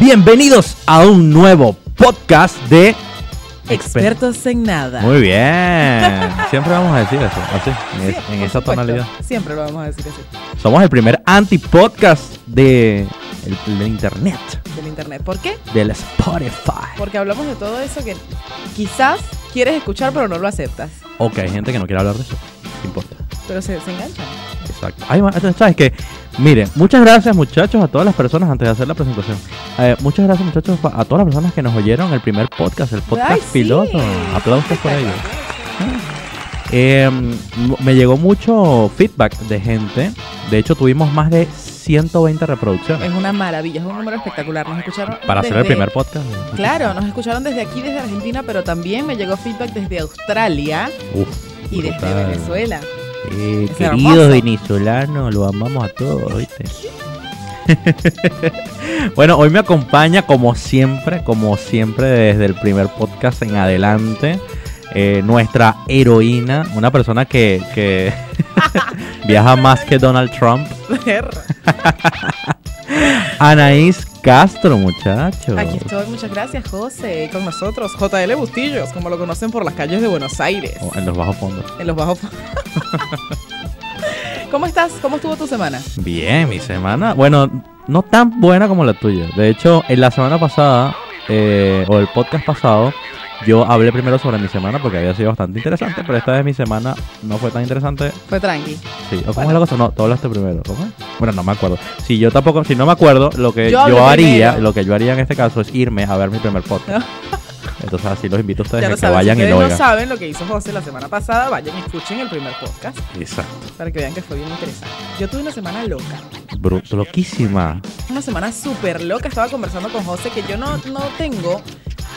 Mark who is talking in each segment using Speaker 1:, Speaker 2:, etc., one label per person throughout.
Speaker 1: Bienvenidos a un nuevo podcast de
Speaker 2: Expertos en nada.
Speaker 1: Muy bien. Siempre vamos a decir eso, así, en, es- en
Speaker 2: por
Speaker 1: esa
Speaker 2: supuesto.
Speaker 1: tonalidad.
Speaker 2: Siempre lo vamos a decir así,
Speaker 1: Somos el primer anti-podcast de, el- de internet,
Speaker 2: del internet. ¿Por qué?
Speaker 1: del Spotify.
Speaker 2: Porque hablamos de todo eso que quizás quieres escuchar pero no lo aceptas.
Speaker 1: Ok, hay gente que no quiere hablar de eso. No importa.
Speaker 2: Pero se, se enganchan.
Speaker 1: Exacto. Ay, ma- entonces, ¿sabes qué? Miren, muchas gracias muchachos a todas las personas antes de hacer la presentación. Eh, muchas gracias muchachos pa- a todas las personas que nos oyeron el primer podcast, el podcast
Speaker 2: Ay, sí. Ah,
Speaker 1: piloto. Aplausos por ellos. Eh, m- me llegó mucho feedback de gente. De hecho, tuvimos más de 120 reproducciones
Speaker 2: Es una maravilla, es un número espectacular. Nos escucharon.
Speaker 1: para hacer el
Speaker 2: desde-
Speaker 1: primer podcast.
Speaker 2: Claro, nos escucharon desde aquí, desde Argentina, pero también me llegó feedback desde Australia
Speaker 1: Uf,
Speaker 2: y desde
Speaker 1: brutal.
Speaker 2: Venezuela.
Speaker 1: Eh,
Speaker 2: Es
Speaker 1: queridos
Speaker 2: hermoso.
Speaker 1: venezolanos, lo amamos a todos, ¿viste? bueno, hoy me acompaña como siempre, como siempre desde el primer podcast en adelante, eh, nuestra heroína, una persona que, que viaja más que Donald Trump, Anaís Castro, muchachos.
Speaker 2: Aquí estoy, muchas gracias, José. Con nosotros, JL Bustillos, como lo conocen por las calles de Buenos Aires.
Speaker 1: Oh, en los bajos fondos.
Speaker 2: En los bajos. ¿Cómo estás? ¿Cómo estuvo tu semana?
Speaker 1: Bien, mi semana. Bueno, no tan buena como la tuya. De hecho, en la semana pasada, eh, o el podcast pasado, yo hablé primero sobre mi semana porque había sido bastante interesante, pero esta vez mi semana no fue tan interesante.
Speaker 2: Fue tranqui.
Speaker 1: Sí, ¿o cómo es la cosa? No, tú hablaste primero. ¿Cómo es? Bueno, no me acuerdo. Si yo tampoco, si no me acuerdo, lo que
Speaker 2: Yo
Speaker 1: yo,
Speaker 2: hablo
Speaker 1: haría,
Speaker 2: primero.
Speaker 1: lo que yo haría en este caso es irme a ver mi primer podcast. Entonces así los invito a ustedes
Speaker 2: Ya
Speaker 1: a
Speaker 2: lo
Speaker 1: que
Speaker 2: saben.
Speaker 1: vayan
Speaker 2: si
Speaker 1: y lo
Speaker 2: ustedes no
Speaker 1: oigan.
Speaker 2: saben lo que hizo José la semana pasada, vayan y escuchen el primer podcast
Speaker 1: Exacto.
Speaker 2: para que vean que fue bien interesante. Yo tuve una semana loca.
Speaker 1: Bru- loquísima.
Speaker 2: Una semana súper loca. Estaba conversando con José que yo no, no tengo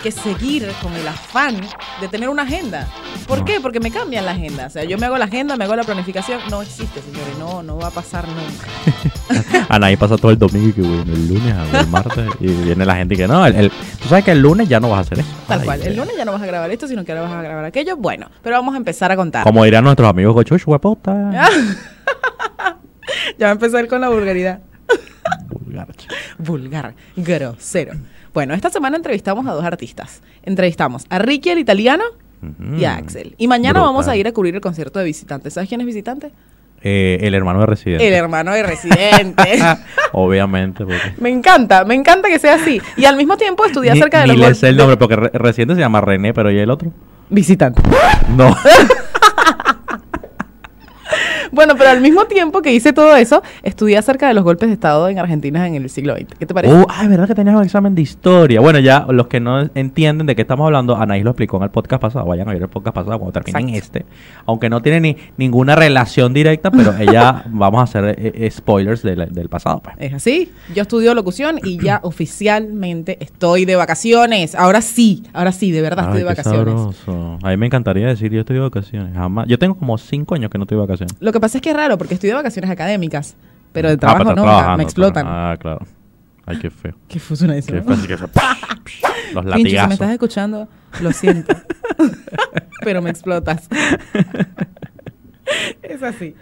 Speaker 2: que seguir con el afán de tener una agenda. ¿Por
Speaker 1: No.
Speaker 2: qué? Porque me cambian la agenda. O sea, yo me hago la agenda, me hago la planificación. No existe, señores. No, no va a pasar nunca.
Speaker 1: Anaí pasa todo el domingo y que bueno, el lunes, ah, el martes, y viene la gente y que no, el, el- tú sabes que el lunes ya no vas a hacer eso.
Speaker 2: Tal
Speaker 1: Ay,
Speaker 2: cual. El
Speaker 1: eh,
Speaker 2: lunes ya no vas a grabar esto, sino que ahora vas a grabar aquello. Bueno, pero vamos a empezar a contar.
Speaker 1: Como dirán nuestros amigos gochos, huepota.
Speaker 2: ya va a empezar con la vulgaridad.
Speaker 1: Vulgar, chico.
Speaker 2: Vulgar, grosero. Bueno, esta semana entrevistamos a dos artistas. Entrevistamos a Ricky el italiano
Speaker 1: Ujú.
Speaker 2: y a Axel. Y mañana
Speaker 1: Mm, Brutal.
Speaker 2: vamos a ir a cubrir el concierto de visitantes. ¿Sabes quién es visitante?
Speaker 1: Eh, el hermano de Residente.
Speaker 2: El hermano de Residente.
Speaker 1: Obviamente, porque.
Speaker 2: me encanta, me encanta que sea así. Y al mismo tiempo estudié
Speaker 1: Ni,
Speaker 2: acerca de
Speaker 1: ni
Speaker 2: los
Speaker 1: le
Speaker 2: gol-
Speaker 1: sé el
Speaker 2: de-
Speaker 1: nombre, porque Re- Residente se llama René, pero ¿y el otro?
Speaker 2: Visitante.
Speaker 1: No.
Speaker 2: Bueno, pero al mismo tiempo que hice todo eso, estudié acerca de los golpes de Estado en Argentina en el siglo XX. ¿Qué te parece?
Speaker 1: Oh, ay, ¿verdad que tenías un examen de historia? Bueno, ya los que no entienden de qué estamos hablando, Anaís lo explicó en el podcast pasado. Vayan a ver el podcast pasado cuando terminen este. Aunque no tiene ni, ninguna relación directa, pero ella, vamos a hacer eh, eh, spoilers de la- del pasado. Pues.
Speaker 2: Es así. Yo estudio locución y ya oficialmente estoy de vacaciones. Ahora sí, ahora sí, de verdad estoy de
Speaker 1: Ay, qué
Speaker 2: vacaciones.
Speaker 1: sabroso. A mí me encantaría decir, yo estoy de vacaciones. Jamás. Yo tengo como cinco años que no estoy de vacaciones.
Speaker 2: Lo que pasa es que es raro porque estoy de vacaciones académicas, pero de
Speaker 1: Ah, pero
Speaker 2: trabajo
Speaker 1: estás
Speaker 2: no,
Speaker 1: trabajando,
Speaker 2: me explotan.
Speaker 1: Ah, claro. Ay, qué feo.
Speaker 2: Qué fusión eso.
Speaker 1: Qué
Speaker 2: ¿no?
Speaker 1: feo, así que se- Los
Speaker 2: Pincho, si me estás
Speaker 1: latigazos.
Speaker 2: escuchando, lo siento. pero me explotas. es así.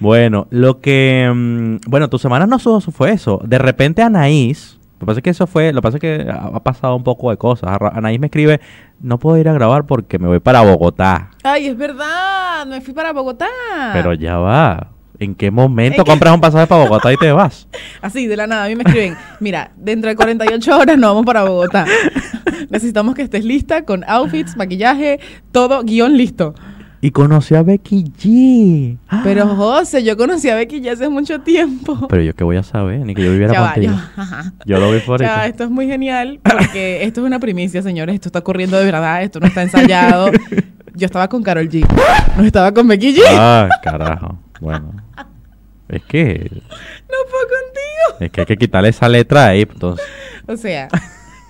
Speaker 1: Bueno, lo que. mm, Bueno, tu semana no su- su- fue eso. De repente Anaís. Lo que pasa es que eso fue. Lo que pasa es que ha ha pasado un poco de cosas. Arra- Anaís me escribe: No puedo ir a grabar porque me voy para Bogotá.
Speaker 2: Ay, es verdad, me fui para Bogotá.
Speaker 1: Pero ya va. ¿En qué momento
Speaker 2: Ah. ¿En qué-
Speaker 1: compras un pasaje para Bogotá y te vas?
Speaker 2: Así, de la nada, a mí me escriben, mira, dentro de 48 horas nos vamos para Bogotá. Necesitamos que estés lista con outfits, maquillaje, todo guión listo.
Speaker 1: Y conocí a Becky G. ¡Ah!
Speaker 2: Pero José, yo conocí a Becky ya hace mucho tiempo.
Speaker 1: Pero yo qué voy a saber, ni que yo viviera
Speaker 2: Ya va,
Speaker 1: contigo.
Speaker 2: ya va, ajá.
Speaker 1: Yo lo vi por
Speaker 2: Ya va,
Speaker 1: ahí.
Speaker 2: esto es muy genial porque esto es una primicia, señores. Esto está ocurriendo de verdad, esto no está ensayado. Yo estaba con Carol G. No estaba con Becky G.
Speaker 1: Ah, carajo. Bueno. Es que,
Speaker 2: No fue contigo.
Speaker 1: es que hay que quitarle esa letra ahí, pues, entonces.
Speaker 2: O sea,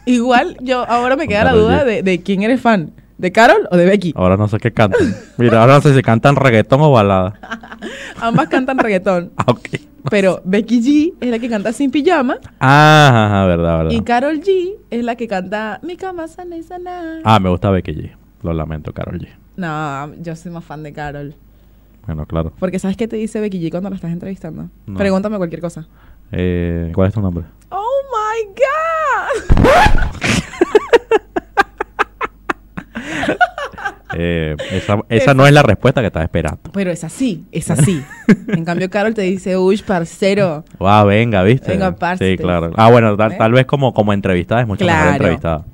Speaker 2: igual yo ahora me
Speaker 1: Con
Speaker 2: queda la
Speaker 1: Karol
Speaker 2: duda
Speaker 1: G.
Speaker 2: de, de quién eres fan, de Carol o de Becky.
Speaker 1: Ahora no sé qué cantan. Mira, ahora no sé si cantan reggaetón o balada.
Speaker 2: Ambas cantan reggaetón,
Speaker 1: Ah, ok.
Speaker 2: pero Becky G es la que canta sin pijama
Speaker 1: Ah, ajá, verdad, verdad.
Speaker 2: y Carol G es la que canta mi cama sana y sana.
Speaker 1: Ah, me gusta Becky G. Lo lamento, Carol G.
Speaker 2: No, yo soy más fan de Carol.
Speaker 1: Bueno, claro.
Speaker 2: Porque ¿sabes qué te dice Becky G cuando la estás entrevistando?
Speaker 1: No.
Speaker 2: Pregúntame cualquier cosa.
Speaker 1: Eh, ¿Cuál es tu nombre?
Speaker 2: Oh my God.
Speaker 1: Eh, esa esa no es la respuesta que estás esperando.
Speaker 2: Pero es así, es así. en cambio, Carol te dice, uy, parcero.
Speaker 1: Ah, venga, ¿viste?
Speaker 2: Venga, parce.
Speaker 1: Sí, claro. Ah, bueno, tal,
Speaker 2: ¿Eh?
Speaker 1: tal vez como, como entrevistada es mucho
Speaker 2: Claro.
Speaker 1: mejor entrevistada.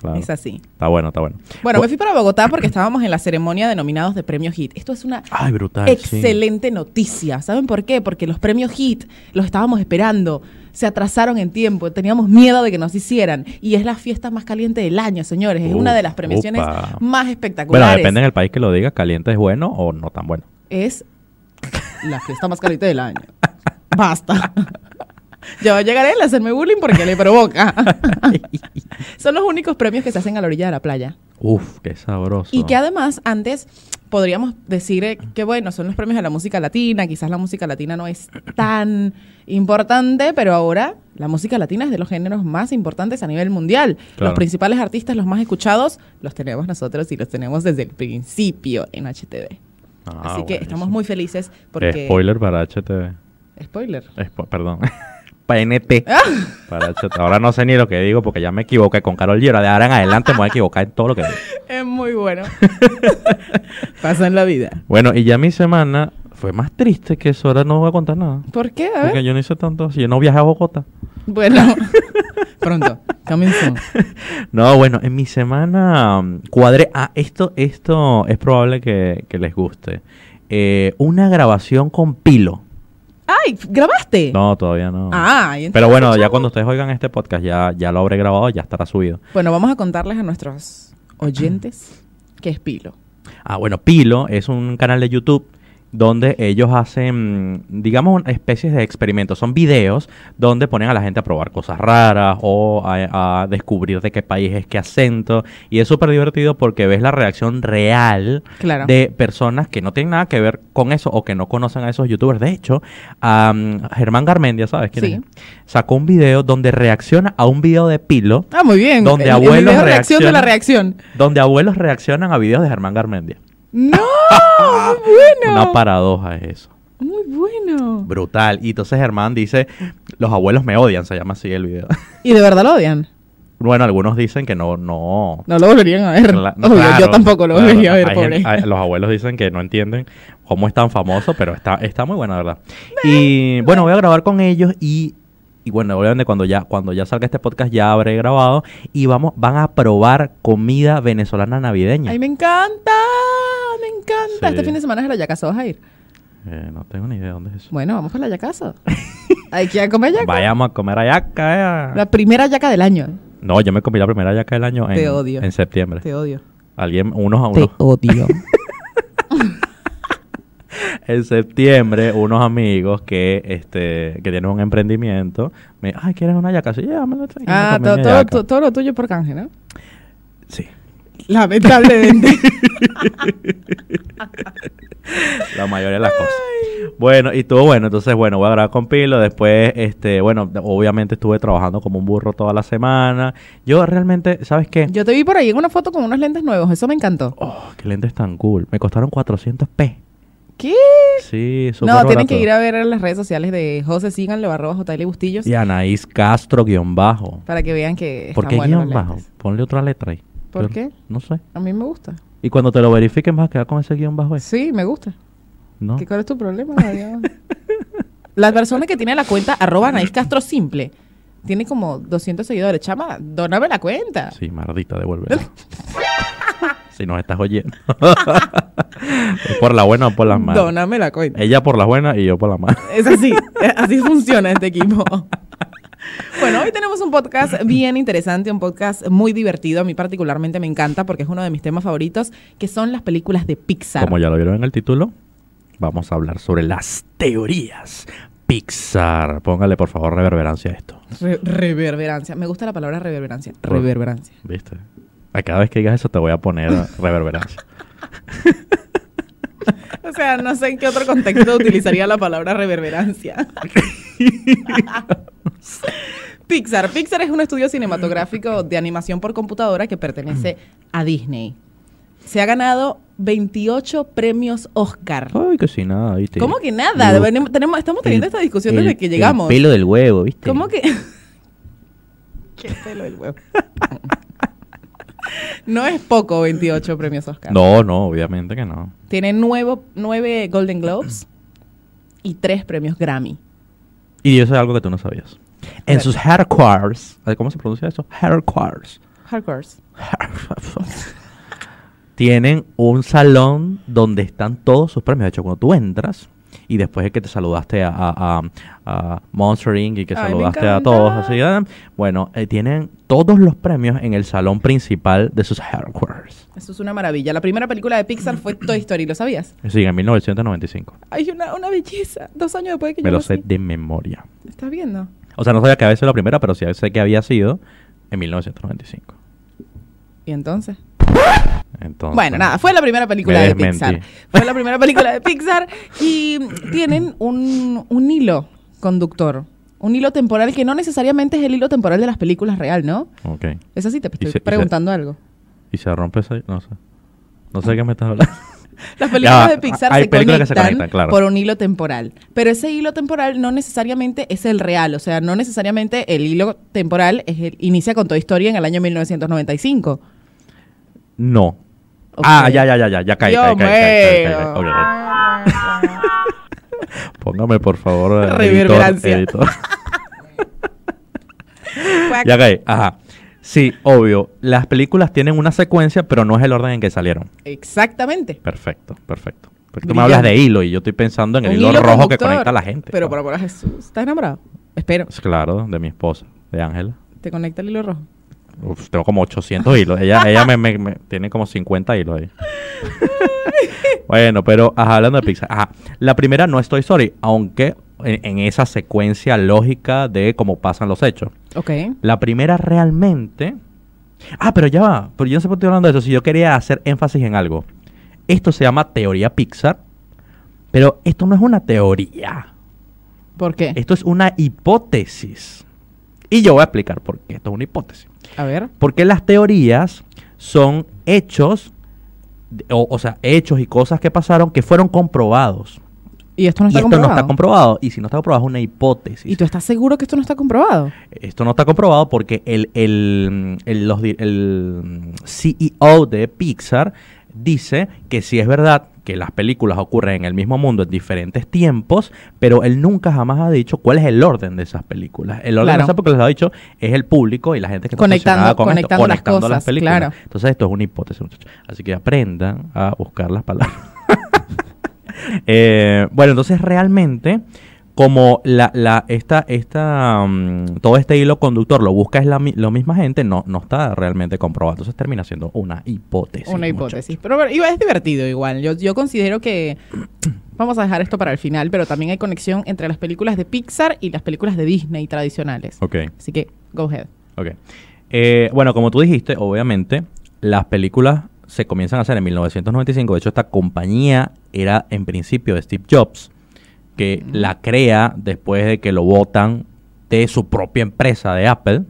Speaker 1: Claro.
Speaker 2: Es así.
Speaker 1: Está bueno, está bueno.
Speaker 2: Bueno,
Speaker 1: Bu-
Speaker 2: me fui para Bogotá porque estábamos en la ceremonia de nominados de Premio Hit. Esto es una
Speaker 1: Ay, brutal. sí.
Speaker 2: excelente noticia. ¿Saben por qué? Porque los premios Hit los estábamos esperando. Se atrasaron en tiempo, teníamos miedo de que nos hicieran. Y es la fiesta más caliente del año, señores. Es
Speaker 1: Uf,
Speaker 2: una de las premiaciones
Speaker 1: upa.
Speaker 2: más
Speaker 1: Bueno,
Speaker 2: espectaculares.
Speaker 1: depende del país que lo diga, caliente es bueno o no tan bueno.
Speaker 2: Es la fiesta más caliente del año. Basta. Yo llegaré a hacerme bullying porque le provoca. Son los únicos premios que se hacen a la orilla de la playa.
Speaker 1: Uf, qué sabroso.
Speaker 2: Y que además antes podríamos decir eh, que bueno, son los premios de la música latina, quizás la música latina no es tan importante, pero ahora la música latina es de los géneros más importantes a nivel mundial.
Speaker 1: Claro.
Speaker 2: Los principales artistas, los más escuchados, los tenemos nosotros y los tenemos desde el principio en HTV.
Speaker 1: Ah,
Speaker 2: Así que
Speaker 1: buenísimo.
Speaker 2: estamos muy felices porque...
Speaker 1: Spoiler para HTV.
Speaker 2: Spoiler.
Speaker 1: Espo- perdón. PNT. Para HTV. Ahora no sé ni lo que digo porque ya me equivoqué con Carol Giora. De ahora en adelante me voy a equivocar en todo lo que digo.
Speaker 2: Es muy bueno. Pasa en la vida.
Speaker 1: Bueno, y ya mi semana fue más triste que eso. Ahora no voy a contar nada.
Speaker 2: ¿Por qué? A ver.
Speaker 1: Porque yo no hice tanto. Si yo no viajé a Bogotá.
Speaker 2: Bueno, pronto. Coming soon.
Speaker 1: No, bueno, en mi semana mm, cuadré. Ah, esto, esto es probable que, que les guste. Eh, una grabación con pilo.
Speaker 2: ¡Ay! ¿Grabaste?
Speaker 1: No, todavía no.
Speaker 2: Ah, y entonces,
Speaker 1: Pero bueno, ya
Speaker 2: chamo.
Speaker 1: cuando ustedes oigan este podcast, ya, ya lo habré grabado, ya estará subido.
Speaker 2: Bueno, vamos a contarles a nuestros oyentes
Speaker 1: Mm.
Speaker 2: qué es Pilo.
Speaker 1: Ah, bueno, Pilo es un canal de YouTube donde ellos hacen, digamos, una- especies de experimentos. Son videos donde ponen a la gente a probar cosas raras o a, a descubrir de qué país es qué acento. Y es súper divertido porque ves la reacción real
Speaker 2: Claro.
Speaker 1: de personas que no tienen nada que ver con eso o que no conocen a esos youtubers. De hecho, am, Germán Garmendia, ¿sabes quién
Speaker 2: Sí.
Speaker 1: es? Sacó un video donde reacciona a un video de Pilo
Speaker 2: ah, muy bien.
Speaker 1: Donde
Speaker 2: El- el
Speaker 1: abuelos
Speaker 2: video reacción de la reacción.
Speaker 1: donde abuelos reaccionan a videos de Germán Garmendia.
Speaker 2: ¡No! ¡Muy bueno!
Speaker 1: Una paradoja es eso.
Speaker 2: Muy bueno.
Speaker 1: Brutal. Y entonces Germán dice, los abuelos me odian, se llama así el video.
Speaker 2: Y de verdad lo odian.
Speaker 1: bueno, algunos dicen que no, no.
Speaker 2: No lo volverían a ver.
Speaker 1: Cla-
Speaker 2: Obvio,
Speaker 1: claro,
Speaker 2: yo tampoco lo
Speaker 1: claro,
Speaker 2: volvería a ver,
Speaker 1: hay
Speaker 2: pobre.
Speaker 1: gente- hay- los abuelos dicen que no entienden cómo es tan famoso, pero está, está muy bueno, la verdad. Y bueno, voy a grabar con ellos y, y bueno, obviamente cuando ya, cuando ya salga este podcast ya habré grabado y vamos, van a probar comida venezolana navideña.
Speaker 2: ¡Ay, me encanta! ¡Me encanta!
Speaker 1: Sí.
Speaker 2: Este fin de semana es la Yacasa, vas a ir.
Speaker 1: Eh, no tengo ni idea dónde es eso.
Speaker 2: Bueno, vamos para la Yacasa. Hay que ir a comer yaca.
Speaker 1: Vayamos a comer ayaca. eh.
Speaker 2: La primera yaca del año.
Speaker 1: No, yo me comí la primera yaca del año en,
Speaker 2: Te odio.
Speaker 1: en septiembre.
Speaker 2: Te odio.
Speaker 1: Alguien, unos a unos.
Speaker 2: odio.
Speaker 1: En septiembre, unos amigos que este que tienen un emprendimiento me ay, ¿quieres una yaca? Sí, llévamela. Y me
Speaker 2: ah,
Speaker 1: comí
Speaker 2: todo,
Speaker 1: una
Speaker 2: todo-
Speaker 1: yaca.
Speaker 2: todo lo tuyo por canje, ¿no?
Speaker 1: Sí.
Speaker 2: Lamentablemente.
Speaker 1: La mayoría de las cosas. Bueno, y estuvo bueno. Entonces, bueno, voy a grabar con Pilo. Después, este, bueno, obviamente estuve trabajando como un burro toda la semana. Yo realmente, ¿sabes qué?
Speaker 2: Yo te vi por ahí en una foto con unos lentes nuevos, eso me encantó.
Speaker 1: Oh, qué lentes tan cool. Me costaron 400 P.
Speaker 2: ¿Qué?
Speaker 1: Sí, súper
Speaker 2: No, tienen
Speaker 1: barato.
Speaker 2: que ir a ver en las redes sociales de José Síganlo, arroba JL Bustillos,
Speaker 1: Y Anaís Castro, guión bajo.
Speaker 2: para que vean que
Speaker 1: ¿Por
Speaker 2: están
Speaker 1: qué
Speaker 2: buenos
Speaker 1: guión
Speaker 2: los
Speaker 1: bajo?
Speaker 2: lentes.
Speaker 1: Ponle otra letra ahí.
Speaker 2: ¿Por
Speaker 1: Yo
Speaker 2: qué?
Speaker 1: No sé.
Speaker 2: A mí me gusta.
Speaker 1: Y cuando te lo verifiquen vas a quedar con ese guión bajo ahí.
Speaker 2: Sí, me gusta.
Speaker 1: Pues. ¿No?
Speaker 2: ¿Qué, ¿Cuál es tu problema? Darío? la persona que tiene la cuenta arroba Anaís Castro Simple tiene como 200 seguidores. Chama, doname la cuenta.
Speaker 1: Sí, maldita, devuélvelo. si nos estás oyendo. por la buena o por la mala.
Speaker 2: Doname la cuenta.
Speaker 1: Ella por la buena y yo por la mala.
Speaker 2: Es así, eh, así funciona este equipo. Bueno, hoy tenemos un podcast bien interesante, un podcast muy divertido. A mí particularmente me encanta porque es uno de mis temas favoritos, que son las películas de Pixar.
Speaker 1: Como ya lo vieron en el título, vamos a hablar sobre las teorías Pixar. Póngale, por favor, reverberancia a esto.
Speaker 2: Re- reverberancia. Me gusta la palabra reverberancia.
Speaker 1: Re-
Speaker 2: Reverberancia.
Speaker 1: ¿Viste? A cada vez que digas eso te voy a poner reverberancia.
Speaker 2: O sea, no sé en qué otro contexto utilizaría la palabra reverberancia. Pixar. Pixar es un estudio cinematográfico de animación por computadora que pertenece a Disney. Se ha ganado 28 premios Oscar.
Speaker 1: Ay, que si nada, ¿viste?
Speaker 2: ¿Cómo que nada?
Speaker 1: Lo-
Speaker 2: Venimos- tenemos, estamos teniendo
Speaker 1: el-
Speaker 2: esta discusión
Speaker 1: el-
Speaker 2: desde que llegamos.
Speaker 1: El pelo del huevo, ¿viste?
Speaker 2: ¿Cómo que? Qué pelo del huevo. No es poco 28 premios Oscar.
Speaker 1: No, no, obviamente que no.
Speaker 2: Tiene nuevo, nueve Golden Globes y tres premios Grammy.
Speaker 1: Y eso es algo que tú no sabías. En
Speaker 2: ver.
Speaker 1: sus hardcores, ¿cómo se pronuncia eso? Hardcores.
Speaker 2: Hardcores.
Speaker 1: Tienen un salón donde están todos sus premios. De hecho, cuando tú entras y después de que te saludaste a, a, a- a Monster Inc. y que
Speaker 2: Ay, me
Speaker 1: saludaste a
Speaker 2: encanta.
Speaker 1: todos, así, ah, bueno, eh, tienen todos los premios en el salón principal de sus hardcores.
Speaker 2: Eso es una maravilla. La primera película de Pixar fue Toy Story, ¿lo sabías?
Speaker 1: Sí, en 1995.
Speaker 2: Hay una, una belleza. Dos años después de que
Speaker 1: Me
Speaker 2: yo
Speaker 1: lo sé
Speaker 2: nací.
Speaker 1: de memoria.
Speaker 2: ¿Estás viendo?
Speaker 1: O sea, no sabía que había sido la primera, pero sí sé que había sido en 1995.
Speaker 2: ¿Y entonces?
Speaker 1: Entonces,
Speaker 2: Bueno, nada, fue la primera película
Speaker 1: Me
Speaker 2: de
Speaker 1: desmentí.
Speaker 2: Pixar. Fue la primera película de Pixar y tienen un, un hilo conductor, un hilo temporal que no necesariamente es el hilo temporal de las películas real, ¿no?
Speaker 1: Ok.
Speaker 2: Es así, te
Speaker 1: se-
Speaker 2: estoy
Speaker 1: y se-
Speaker 2: preguntando algo.
Speaker 1: Y se rompe ese... No sé. No sé de qué me estás hablando.
Speaker 2: Las películas
Speaker 1: Ya,
Speaker 2: de Pixar
Speaker 1: hay
Speaker 2: se,
Speaker 1: películas
Speaker 2: conectan
Speaker 1: que se conectan, claro.
Speaker 2: por un hilo temporal, pero ese hilo temporal no necesariamente es el real, o sea, no necesariamente el hilo temporal es el, inicia con Toy Story en el año 1995.
Speaker 1: No.
Speaker 2: Ok.
Speaker 1: Ah, ya, ya, ya, ya. Ya caí,
Speaker 2: Dios
Speaker 1: caí, caí, caí, caí, caí,
Speaker 2: mío.
Speaker 1: caí, ok, ok. Póngame, por favor, eh, editor.
Speaker 2: Reverberancia.
Speaker 1: editor. ya caí. Ajá. Sí, obvio. Las películas tienen una secuencia, pero no es el orden en que salieron.
Speaker 2: Exactamente.
Speaker 1: Perfecto, perfecto. Porque tú me hablas de
Speaker 2: Brillante.
Speaker 1: hilo y yo estoy pensando en el
Speaker 2: Un
Speaker 1: hilo,
Speaker 2: hilo
Speaker 1: rojo que
Speaker 2: conductor.
Speaker 1: conecta a la gente.
Speaker 2: Pero por amor a Jesús, ¿estás enamorado? Espero.
Speaker 1: Claro, de mi esposa, de Ángela.
Speaker 2: ¿Te conecta el hilo rojo?
Speaker 1: Uf, tengo como 800 hilos. Ella, ella me, me- me- tiene como 50 hilos ahí. bueno, pero ajá, hablando de Pixar. Ajá, la primera no estoy sorry, aunque en, en esa secuencia lógica de cómo pasan los hechos.
Speaker 2: Ok.
Speaker 1: La primera realmente... Ah, pero ya va. Pero yo no sé por qué estoy hablando de eso. Si yo quería hacer énfasis en algo. Esto se llama teoría Pixar. Pero esto no es una teoría.
Speaker 2: ¿Por qué?
Speaker 1: Esto es una hipótesis. Y yo voy a explicar por qué esto es una hipótesis.
Speaker 2: A ver.
Speaker 1: Porque las teorías son hechos, de- o, o sea, hechos y cosas que pasaron que fueron comprobados.
Speaker 2: Y esto no
Speaker 1: y
Speaker 2: está
Speaker 1: esto
Speaker 2: comprobado.
Speaker 1: no está comprobado. Y si no está comprobado es una hipótesis.
Speaker 2: ¿Y tú estás seguro que esto no está comprobado?
Speaker 1: Esto no está comprobado porque el, el, el- los di- el CEO de Pixar dice que sí es verdad que las películas ocurren en el mismo mundo en diferentes tiempos, pero él nunca jamás ha dicho cuál es el orden de esas películas. El orden
Speaker 2: Claro.
Speaker 1: de esas películas, lo ha dicho, es el público y la gente que está
Speaker 2: Conectando-
Speaker 1: obsesionada con esto,
Speaker 2: conectando las
Speaker 1: conectando las
Speaker 2: cosas,
Speaker 1: películas.
Speaker 2: claro.
Speaker 1: Entonces esto es una hipótesis, muchachos. Así que aprendan a buscar las palabras. Eh, bueno, entonces realmente, como la, la, esta, esta, mm, todo este hilo conductor lo busca es la, mi- la misma gente, no, no está realmente comprobado. Entonces termina siendo una hipótesis.
Speaker 2: Una hipótesis. Pero bueno, igual es divertido igual. Yo, yo considero que... Vamos a dejar esto para el final, pero también hay conexión entre las películas de Pixar y las películas de Disney tradicionales.
Speaker 1: muchachos. Ok.
Speaker 2: Así que, go ahead.
Speaker 1: Ok. Eh, bueno, como tú dijiste, obviamente, las películas se comienzan a hacer en 1995. De hecho, esta compañía era en principio de Steve Jobs, que la crea después de que lo botan de su propia empresa de Apple.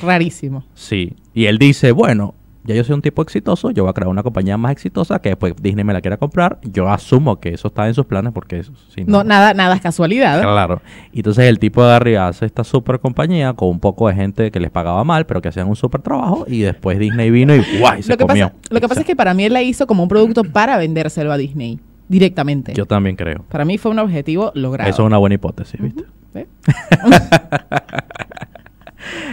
Speaker 2: Rarísimo.
Speaker 1: Sí. Y él dice, bueno, ya yo soy un tipo exitoso, yo voy a crear una compañía más exitosa que después Disney me la quiera comprar. Yo asumo que eso está en sus planes porque eso, si
Speaker 2: No, nada, nada es casualidad.
Speaker 1: Claro. Y entonces el tipo de arriba hace esta super compañía con un poco de gente que les pagaba mal, pero que hacían un super trabajo. Y después Disney vino y ¡guay! Se
Speaker 2: lo que,
Speaker 1: comió.
Speaker 2: pasa, lo que pasa es que para mí él la hizo como un producto para vendérselo a Disney directamente.
Speaker 1: Yo también creo.
Speaker 2: para mí fue un objetivo logrado.
Speaker 1: Eso es una buena hipótesis, ¿viste?
Speaker 2: ¿Ve?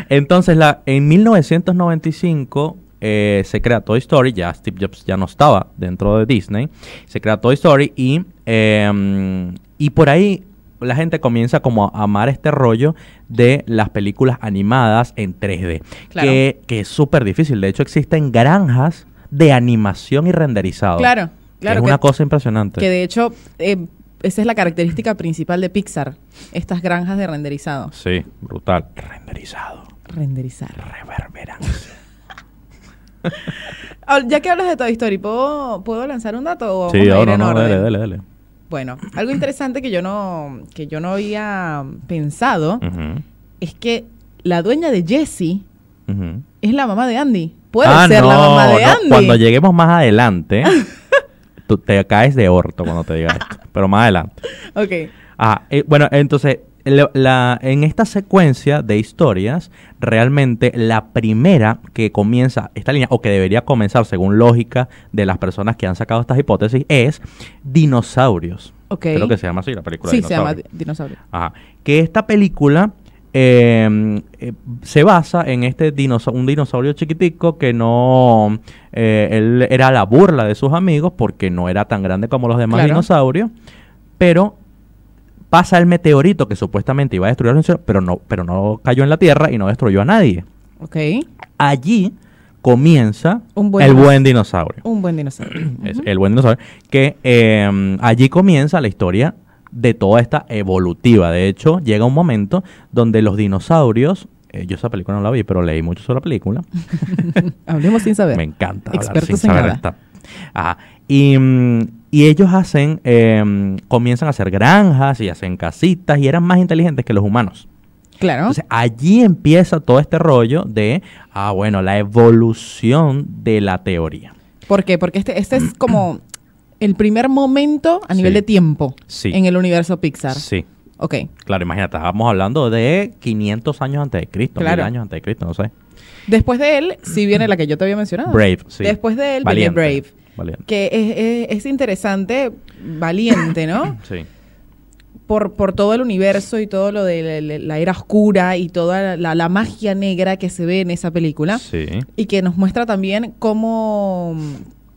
Speaker 1: Entonces, la, en 1995 eh, se crea Toy Story. Ya Steve Jobs ya no estaba dentro de Disney. Se crea Toy Story y, eh, y por ahí la gente comienza como a amar este rollo de las películas animadas en 3D.
Speaker 2: Claro.
Speaker 1: Que, que es súper difícil. De hecho, existen granjas de animación y renderizado.
Speaker 2: Claro,
Speaker 1: Que
Speaker 2: claro.
Speaker 1: es
Speaker 2: que-
Speaker 1: una cosa impresionante.
Speaker 2: Que de hecho, eh, esa es la característica principal de Pixar. Estas granjas de renderizado.
Speaker 1: Sí, brutal. Renderizado.
Speaker 2: Renderizar.
Speaker 1: Reverberancia.
Speaker 2: Ah, Ya que hablas de Toy Story, ¿puedo, ¿puedo lanzar un dato? o
Speaker 1: Sí,
Speaker 2: vamos a
Speaker 1: no,
Speaker 2: ir
Speaker 1: no,
Speaker 2: en
Speaker 1: no,
Speaker 2: orden?
Speaker 1: dale, dale, dale.
Speaker 2: Bueno, algo interesante que yo no, que yo no había pensado
Speaker 1: Ujú,
Speaker 2: es que la dueña de Jessie
Speaker 1: ujú.
Speaker 2: es la mamá de Andy. Puede
Speaker 1: Ah,
Speaker 2: ser la
Speaker 1: no,
Speaker 2: mamá de
Speaker 1: no.
Speaker 2: Andy.
Speaker 1: Cuando lleguemos más adelante, tú te caes de orto cuando te diga esto. Pero más adelante.
Speaker 2: Ok.
Speaker 1: Ah, eh, bueno, entonces, la- la- en esta secuencia de historias, realmente la primera que comienza esta línea, o que debería comenzar según lógica de las personas que han sacado estas hipótesis, es Dinosaurios.
Speaker 2: Ok.
Speaker 1: Creo que se llama así la película.
Speaker 2: Sí, se
Speaker 1: Dinosaurios.
Speaker 2: llama di- dinosaurio.
Speaker 1: Ajá. Que esta película eh, eh, se basa en este dinosaurio, un dinosaurio chiquitico que no, eh, él era la burla de sus amigos porque no era tan grande como los demás
Speaker 2: Claro.
Speaker 1: dinosaurios, pero pasa el meteorito que supuestamente iba a destruir a los dinosaurios, pero no, pero no cayó en la Tierra y no destruyó a nadie.
Speaker 2: Ok.
Speaker 1: Allí comienza
Speaker 2: Un buen
Speaker 1: el
Speaker 2: dinosaurio.
Speaker 1: buen dinosaurio.
Speaker 2: Un buen dinosaurio.
Speaker 1: Es el buen dinosaurio, que eh, allí comienza la historia de toda esta evolutiva. De hecho, llega un momento donde los dinosaurios, eh, yo esa película no la vi, pero leí mucho sobre la película,
Speaker 2: Hablemos sin saber.
Speaker 1: me encanta hablar
Speaker 2: Expertos
Speaker 1: sin
Speaker 2: en
Speaker 1: saber
Speaker 2: nada.
Speaker 1: esta- Ajá. Y, mm, y ellos hacen, eh, comienzan a hacer granjas y hacen casitas y eran más inteligentes que los humanos.
Speaker 2: Claro.
Speaker 1: Entonces allí empieza todo este rollo de, ah, bueno, la evolución de la teoría.
Speaker 2: ¿Por qué? Porque este, este es como el primer momento a nivel
Speaker 1: Sí.
Speaker 2: de tiempo
Speaker 1: Sí.
Speaker 2: en el universo Pixar.
Speaker 1: Sí.
Speaker 2: Ok.
Speaker 1: Claro, imagínate, estábamos hablando de 500 años antes de Cristo,
Speaker 2: Claro.
Speaker 1: 1000 años antes de Cristo, no sé.
Speaker 2: Después de él, sí viene la que yo te había mencionado.
Speaker 1: Brave, sí.
Speaker 2: Después de él
Speaker 1: Valiente,
Speaker 2: viene Brave.
Speaker 1: Valiente.
Speaker 2: Que es, es- es interesante, valiente, ¿no?
Speaker 1: Sí.
Speaker 2: Por, por todo el universo y todo lo de la, la era oscura y toda la, la magia negra que se ve en esa película.
Speaker 1: Sí.
Speaker 2: Y que nos muestra también cómo,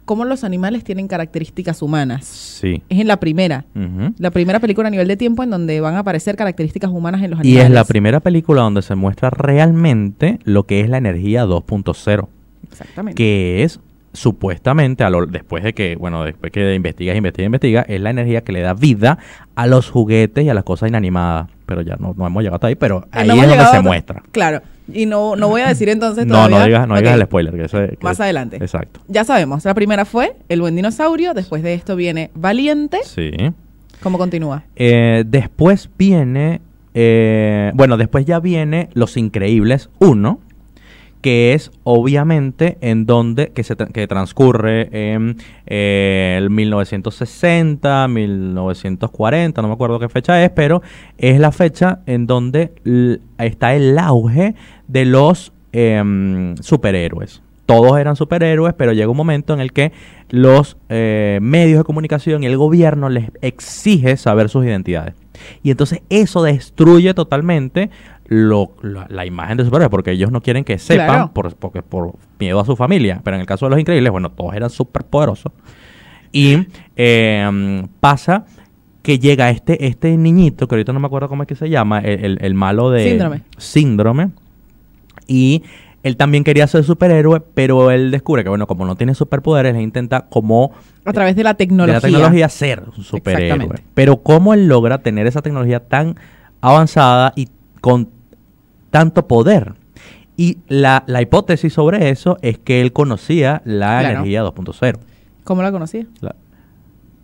Speaker 2: cómo los animales tienen características humanas.
Speaker 1: Sí.
Speaker 2: Es en la primera.
Speaker 1: Ujú.
Speaker 2: La primera película a nivel de tiempo en donde van a aparecer características humanas en los
Speaker 1: Y
Speaker 2: animales.
Speaker 1: es la primera película donde se muestra realmente lo que es la energía 2.0,
Speaker 2: Exactamente.
Speaker 1: que es supuestamente, a lo- después de que, bueno, después que investigas, investigas, investigas, es la energía que le da vida a los juguetes y a las cosas inanimadas. Pero ya no, no hemos llegado hasta ahí, pero
Speaker 2: Eh,
Speaker 1: ahí
Speaker 2: no
Speaker 1: es
Speaker 2: hemos
Speaker 1: donde
Speaker 2: llegado
Speaker 1: se
Speaker 2: a-
Speaker 1: muestra.
Speaker 2: Claro. Y no, no voy a decir entonces
Speaker 1: No,
Speaker 2: todavía.
Speaker 1: no digas, no digas
Speaker 2: Ok,
Speaker 1: el spoiler. Que ese- que-
Speaker 2: Más adelante.
Speaker 1: Exacto.
Speaker 2: Ya sabemos. La primera fue El buen dinosaurio. Después de esto viene Valiente.
Speaker 1: Sí.
Speaker 2: ¿Cómo continúa?
Speaker 1: Eh, después viene. eh, bueno, después ya viene Los Increíbles 1, que es obviamente en donde. que, se tra- que transcurre en eh, el 1960, 1940, no me acuerdo qué fecha es, pero es la fecha en donde l- está el auge de los em, superhéroes. Todos eran superhéroes, pero llega un momento en el que los eh, medios de comunicación y el gobierno les exige saber sus identidades. Y entonces eso destruye totalmente lo- la, la imagen de superhéroes, porque ellos no quieren que sepan
Speaker 2: Claro.
Speaker 1: por, porque, por miedo a su familia. Pero en el caso de los increíbles, bueno, todos eran superpoderosos. Y eh, pasa que llega este, este niñito, que ahorita no me acuerdo cómo es que se llama, el, el- el malo de...
Speaker 2: Síndrome.
Speaker 1: Síndrome. Y él también quería ser superhéroe, pero él descubre que, bueno, como no tiene superpoderes, él intenta como
Speaker 2: A través de la
Speaker 1: de
Speaker 2: tecnología.
Speaker 1: la tecnología ser un superhéroe.
Speaker 2: Exactamente.
Speaker 1: Pero cómo él logra tener esa tecnología tan avanzada y con tanto poder. Y la, la hipótesis sobre eso es que él conocía la
Speaker 2: Claro.
Speaker 1: energía 2.0.
Speaker 2: ¿Cómo la conocía?
Speaker 1: La-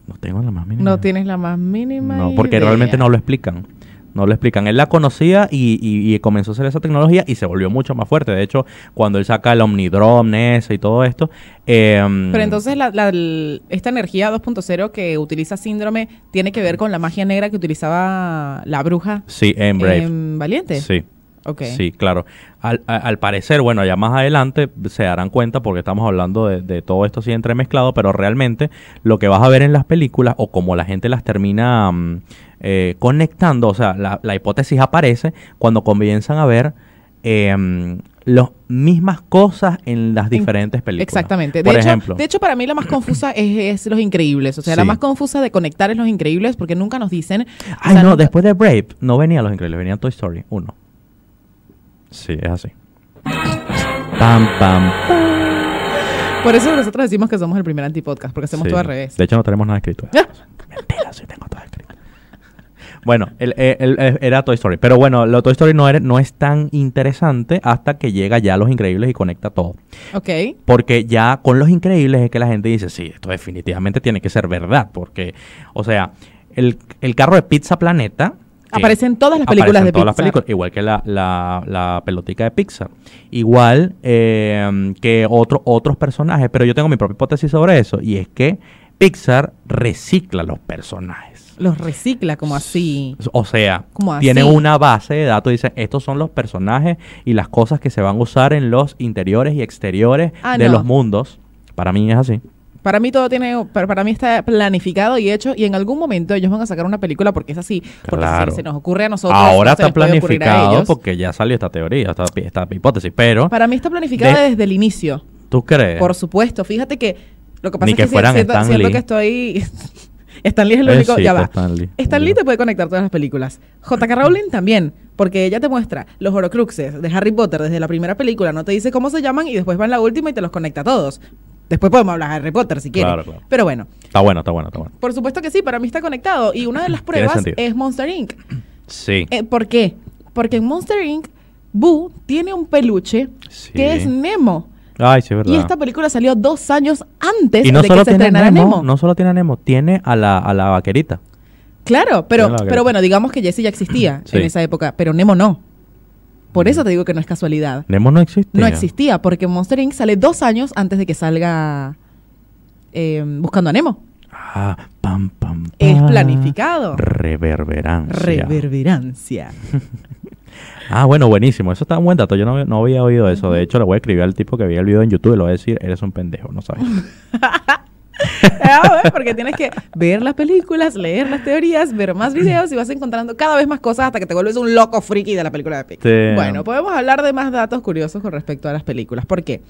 Speaker 1: No tengo la más mínima.
Speaker 2: No
Speaker 1: idea.
Speaker 2: tienes la más mínima.
Speaker 1: No, porque
Speaker 2: idea.
Speaker 1: realmente no lo explican. No lo explican. Él la conocía y, y- y comenzó a hacer esa tecnología y se volvió mucho más fuerte. De hecho, cuando él saca el Omnidrome ese y todo esto. em,
Speaker 2: Pero entonces la- la- l- esta energía 2.0 que utiliza Síndrome tiene que ver con la magia negra que utilizaba la bruja
Speaker 1: Sí, en Brave.
Speaker 2: en Valiente.
Speaker 1: Sí.
Speaker 2: Ok.
Speaker 1: Sí, claro. Al, a- al parecer, bueno, ya más adelante se darán cuenta porque estamos hablando de, de todo esto así entremezclado, pero realmente lo que vas a ver en las películas o como la gente las termina mm, eh, conectando, o sea, la, la hipótesis aparece cuando comienzan a ver em, las mismas cosas en las diferentes películas.
Speaker 2: Exactamente.
Speaker 1: Por
Speaker 2: de,
Speaker 1: ejemplo,
Speaker 2: hecho, de hecho, para mí la más confusa es, es Los Increíbles. O sea, la
Speaker 1: Sí.
Speaker 2: más confusa de conectar es Los Increíbles porque nunca nos dicen. o
Speaker 1: ay
Speaker 2: sea,
Speaker 1: no,
Speaker 2: nunca-
Speaker 1: después de Brave no venía Los Increíbles, venía Toy Story 1. Sí, es así. Pam, pam,
Speaker 2: Por eso nosotros decimos que somos el primer antipodcast porque hacemos
Speaker 1: Sí.
Speaker 2: todo al revés.
Speaker 1: De hecho, no tenemos nada escrito. Mentira, sí tengo todo escrito. Bueno, el- el- el- el- era Toy Story. Pero bueno, lo de Toy Story no, era- no es tan interesante hasta que llega ya Los Increíbles y conecta todo.
Speaker 2: ok.
Speaker 1: Porque ya con Los Increíbles es que la gente dice, sí, esto definitivamente tiene que ser verdad. Porque, o sea, el, el carro de Pizza Planeta... que
Speaker 2: Aparece en todas las películas
Speaker 1: aparece en
Speaker 2: de
Speaker 1: todas las
Speaker 2: Pixar.
Speaker 1: películas, igual que la, la, la pelotica de Pixar. Igual eh, que otro, otros personajes. Pero yo tengo mi propia hipótesis sobre eso. Y es que Pixar recicla los personajes.
Speaker 2: Los recicla como así.
Speaker 1: O sea,
Speaker 2: Como
Speaker 1: tienen
Speaker 2: así.
Speaker 1: una base de datos, dicen, estos son los personajes y las cosas que se van a usar en los interiores y exteriores
Speaker 2: Ah,
Speaker 1: de
Speaker 2: no.
Speaker 1: los mundos. Para mí es así.
Speaker 2: Para mí todo tiene, para, para mí está planificado y hecho y en algún momento ellos van a sacar una película porque es así, porque
Speaker 1: Claro.
Speaker 2: si se nos ocurre a nosotros.
Speaker 1: Ahora
Speaker 2: no se
Speaker 1: está
Speaker 2: les puede ocurrir a
Speaker 1: planificado
Speaker 2: ellos.
Speaker 1: porque ya salió esta teoría, esta, pi- esta hipótesis, pero
Speaker 2: Para mí está planificado
Speaker 1: De-
Speaker 2: desde el inicio,
Speaker 1: ¿tú crees?
Speaker 2: por supuesto. Fíjate que lo que pasa
Speaker 1: Ni
Speaker 2: es
Speaker 1: que
Speaker 2: que,
Speaker 1: fueran
Speaker 2: siento,
Speaker 1: Stan
Speaker 2: siento
Speaker 1: Lee.
Speaker 2: que estoy Stan Lee es el
Speaker 1: Eh,
Speaker 2: único,
Speaker 1: sí,
Speaker 2: ya
Speaker 1: está
Speaker 2: va.
Speaker 1: Stan Lee.
Speaker 2: Stan Lee te puede conectar todas las películas. J.K. Rowling también, porque ella te muestra los horocruxes de Harry Potter desde la primera película, no te dice cómo se llaman y después va en la última y te los conecta a todos. Después podemos hablar de Harry Potter si quieres.
Speaker 1: Claro, claro.
Speaker 2: Pero bueno,
Speaker 1: Está bueno, está bueno, está bueno.
Speaker 2: Por supuesto que sí, para mí está conectado. Y una de las
Speaker 1: Tiene
Speaker 2: pruebas
Speaker 1: sentido.
Speaker 2: es Monster Inc.
Speaker 1: Sí.
Speaker 2: Eh, ¿Por qué? Porque en Monster Inc. Boo tiene un peluche
Speaker 1: Sí.
Speaker 2: que es Nemo.
Speaker 1: Ay, sí, es verdad.
Speaker 2: Y esta película salió dos años antes
Speaker 1: Y no
Speaker 2: de que
Speaker 1: solo
Speaker 2: se
Speaker 1: tiene a
Speaker 2: estrenara
Speaker 1: Nemo,
Speaker 2: Nemo.
Speaker 1: no solo tiene a Nemo, tiene a la, a la vaquerita.
Speaker 2: Claro,
Speaker 1: Tiene
Speaker 2: pero,
Speaker 1: la vaquera.
Speaker 2: pero bueno, digamos que Jessie ya existía
Speaker 1: Sí. Mm.
Speaker 2: en esa época, pero Nemo no. Por eso te digo que no es casualidad.
Speaker 1: Nemo no existe.
Speaker 2: No existía, porque Monster Inc. sale dos años antes de que salga eh, Buscando a Nemo.
Speaker 1: Ah, pam, pam, pam.
Speaker 2: Es planificado.
Speaker 1: Reverberancia.
Speaker 2: Reverberancia.
Speaker 1: Ah, bueno, buenísimo. Eso está un buen dato. Yo no, no había oído eso. De hecho, le voy a escribir al tipo que vi el video en YouTube y le voy a decir, eres un pendejo, no sabes.
Speaker 2: Ah, bueno, porque tienes que ver las películas, leer las teorías, ver más videos y vas encontrando cada vez más cosas hasta que te vuelves un loco friki de la película de Epic.
Speaker 1: Sí.
Speaker 2: Bueno, podemos hablar de más datos curiosos con respecto a las películas. ¿Por qué?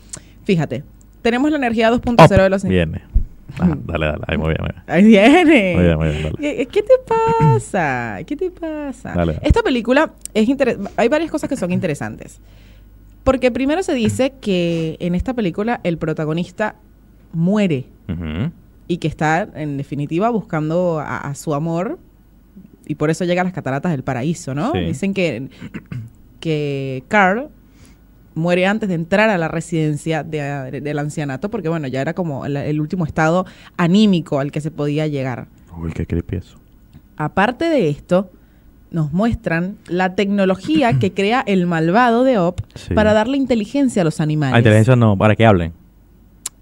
Speaker 2: Fíjate, tenemos la energía 2.0 de los...
Speaker 1: Viene. Ah, dale, dale. Ahí, muy bien, muy bien.
Speaker 2: Ahí viene.
Speaker 1: Muy bien, muy bien, dale.
Speaker 2: ¿Qué- eh, ¿Qué te pasa? ¿Qué te pasa?
Speaker 1: Dale, dale.
Speaker 2: Esta película es inter- hay varias cosas que son interesantes. Porque primero se dice que en esta película el protagonista muere
Speaker 1: Ujú.
Speaker 2: y que está en definitiva buscando a, a su amor y por eso llega a las cataratas del paraíso, ¿no?
Speaker 1: Sí.
Speaker 2: Dicen que, que Carl muere antes de entrar a la residencia de- del ancianato porque bueno, ya era como el, el último estado anímico al que se podía llegar.
Speaker 1: Uy, qué creepy eso.
Speaker 2: Aparte de esto, nos muestran la tecnología que crea el malvado de Op
Speaker 1: Sí.
Speaker 2: para darle inteligencia a los animales.
Speaker 1: Ah, inteligencia no, para que hablen.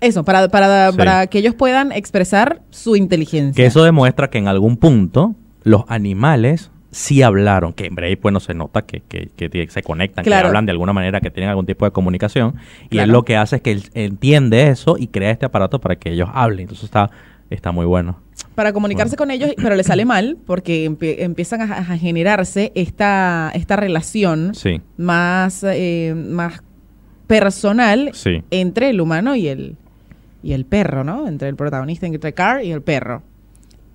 Speaker 2: Eso, para, para,
Speaker 1: Sí.
Speaker 2: para que ellos puedan expresar su inteligencia.
Speaker 1: Que eso demuestra que en algún punto los animales sí hablaron, que en Brave, bueno, se nota que, que- que tie- se conectan, que
Speaker 2: Claro.
Speaker 1: hablan de alguna manera, que tienen algún tipo de comunicación, y él
Speaker 2: Claro.
Speaker 1: lo que hace es que él entiende eso y crea este aparato para que ellos hablen. Entonces está, está muy bueno.
Speaker 2: para comunicarse con ellos, pero le sale mal porque empie- empiezan a, a generarse esta, esta relación
Speaker 1: Sí,
Speaker 2: más, eh, más personal
Speaker 1: sí.
Speaker 2: entre el humano y el, y el perro, ¿no? Entre el protagonista, entre Carl y el perro.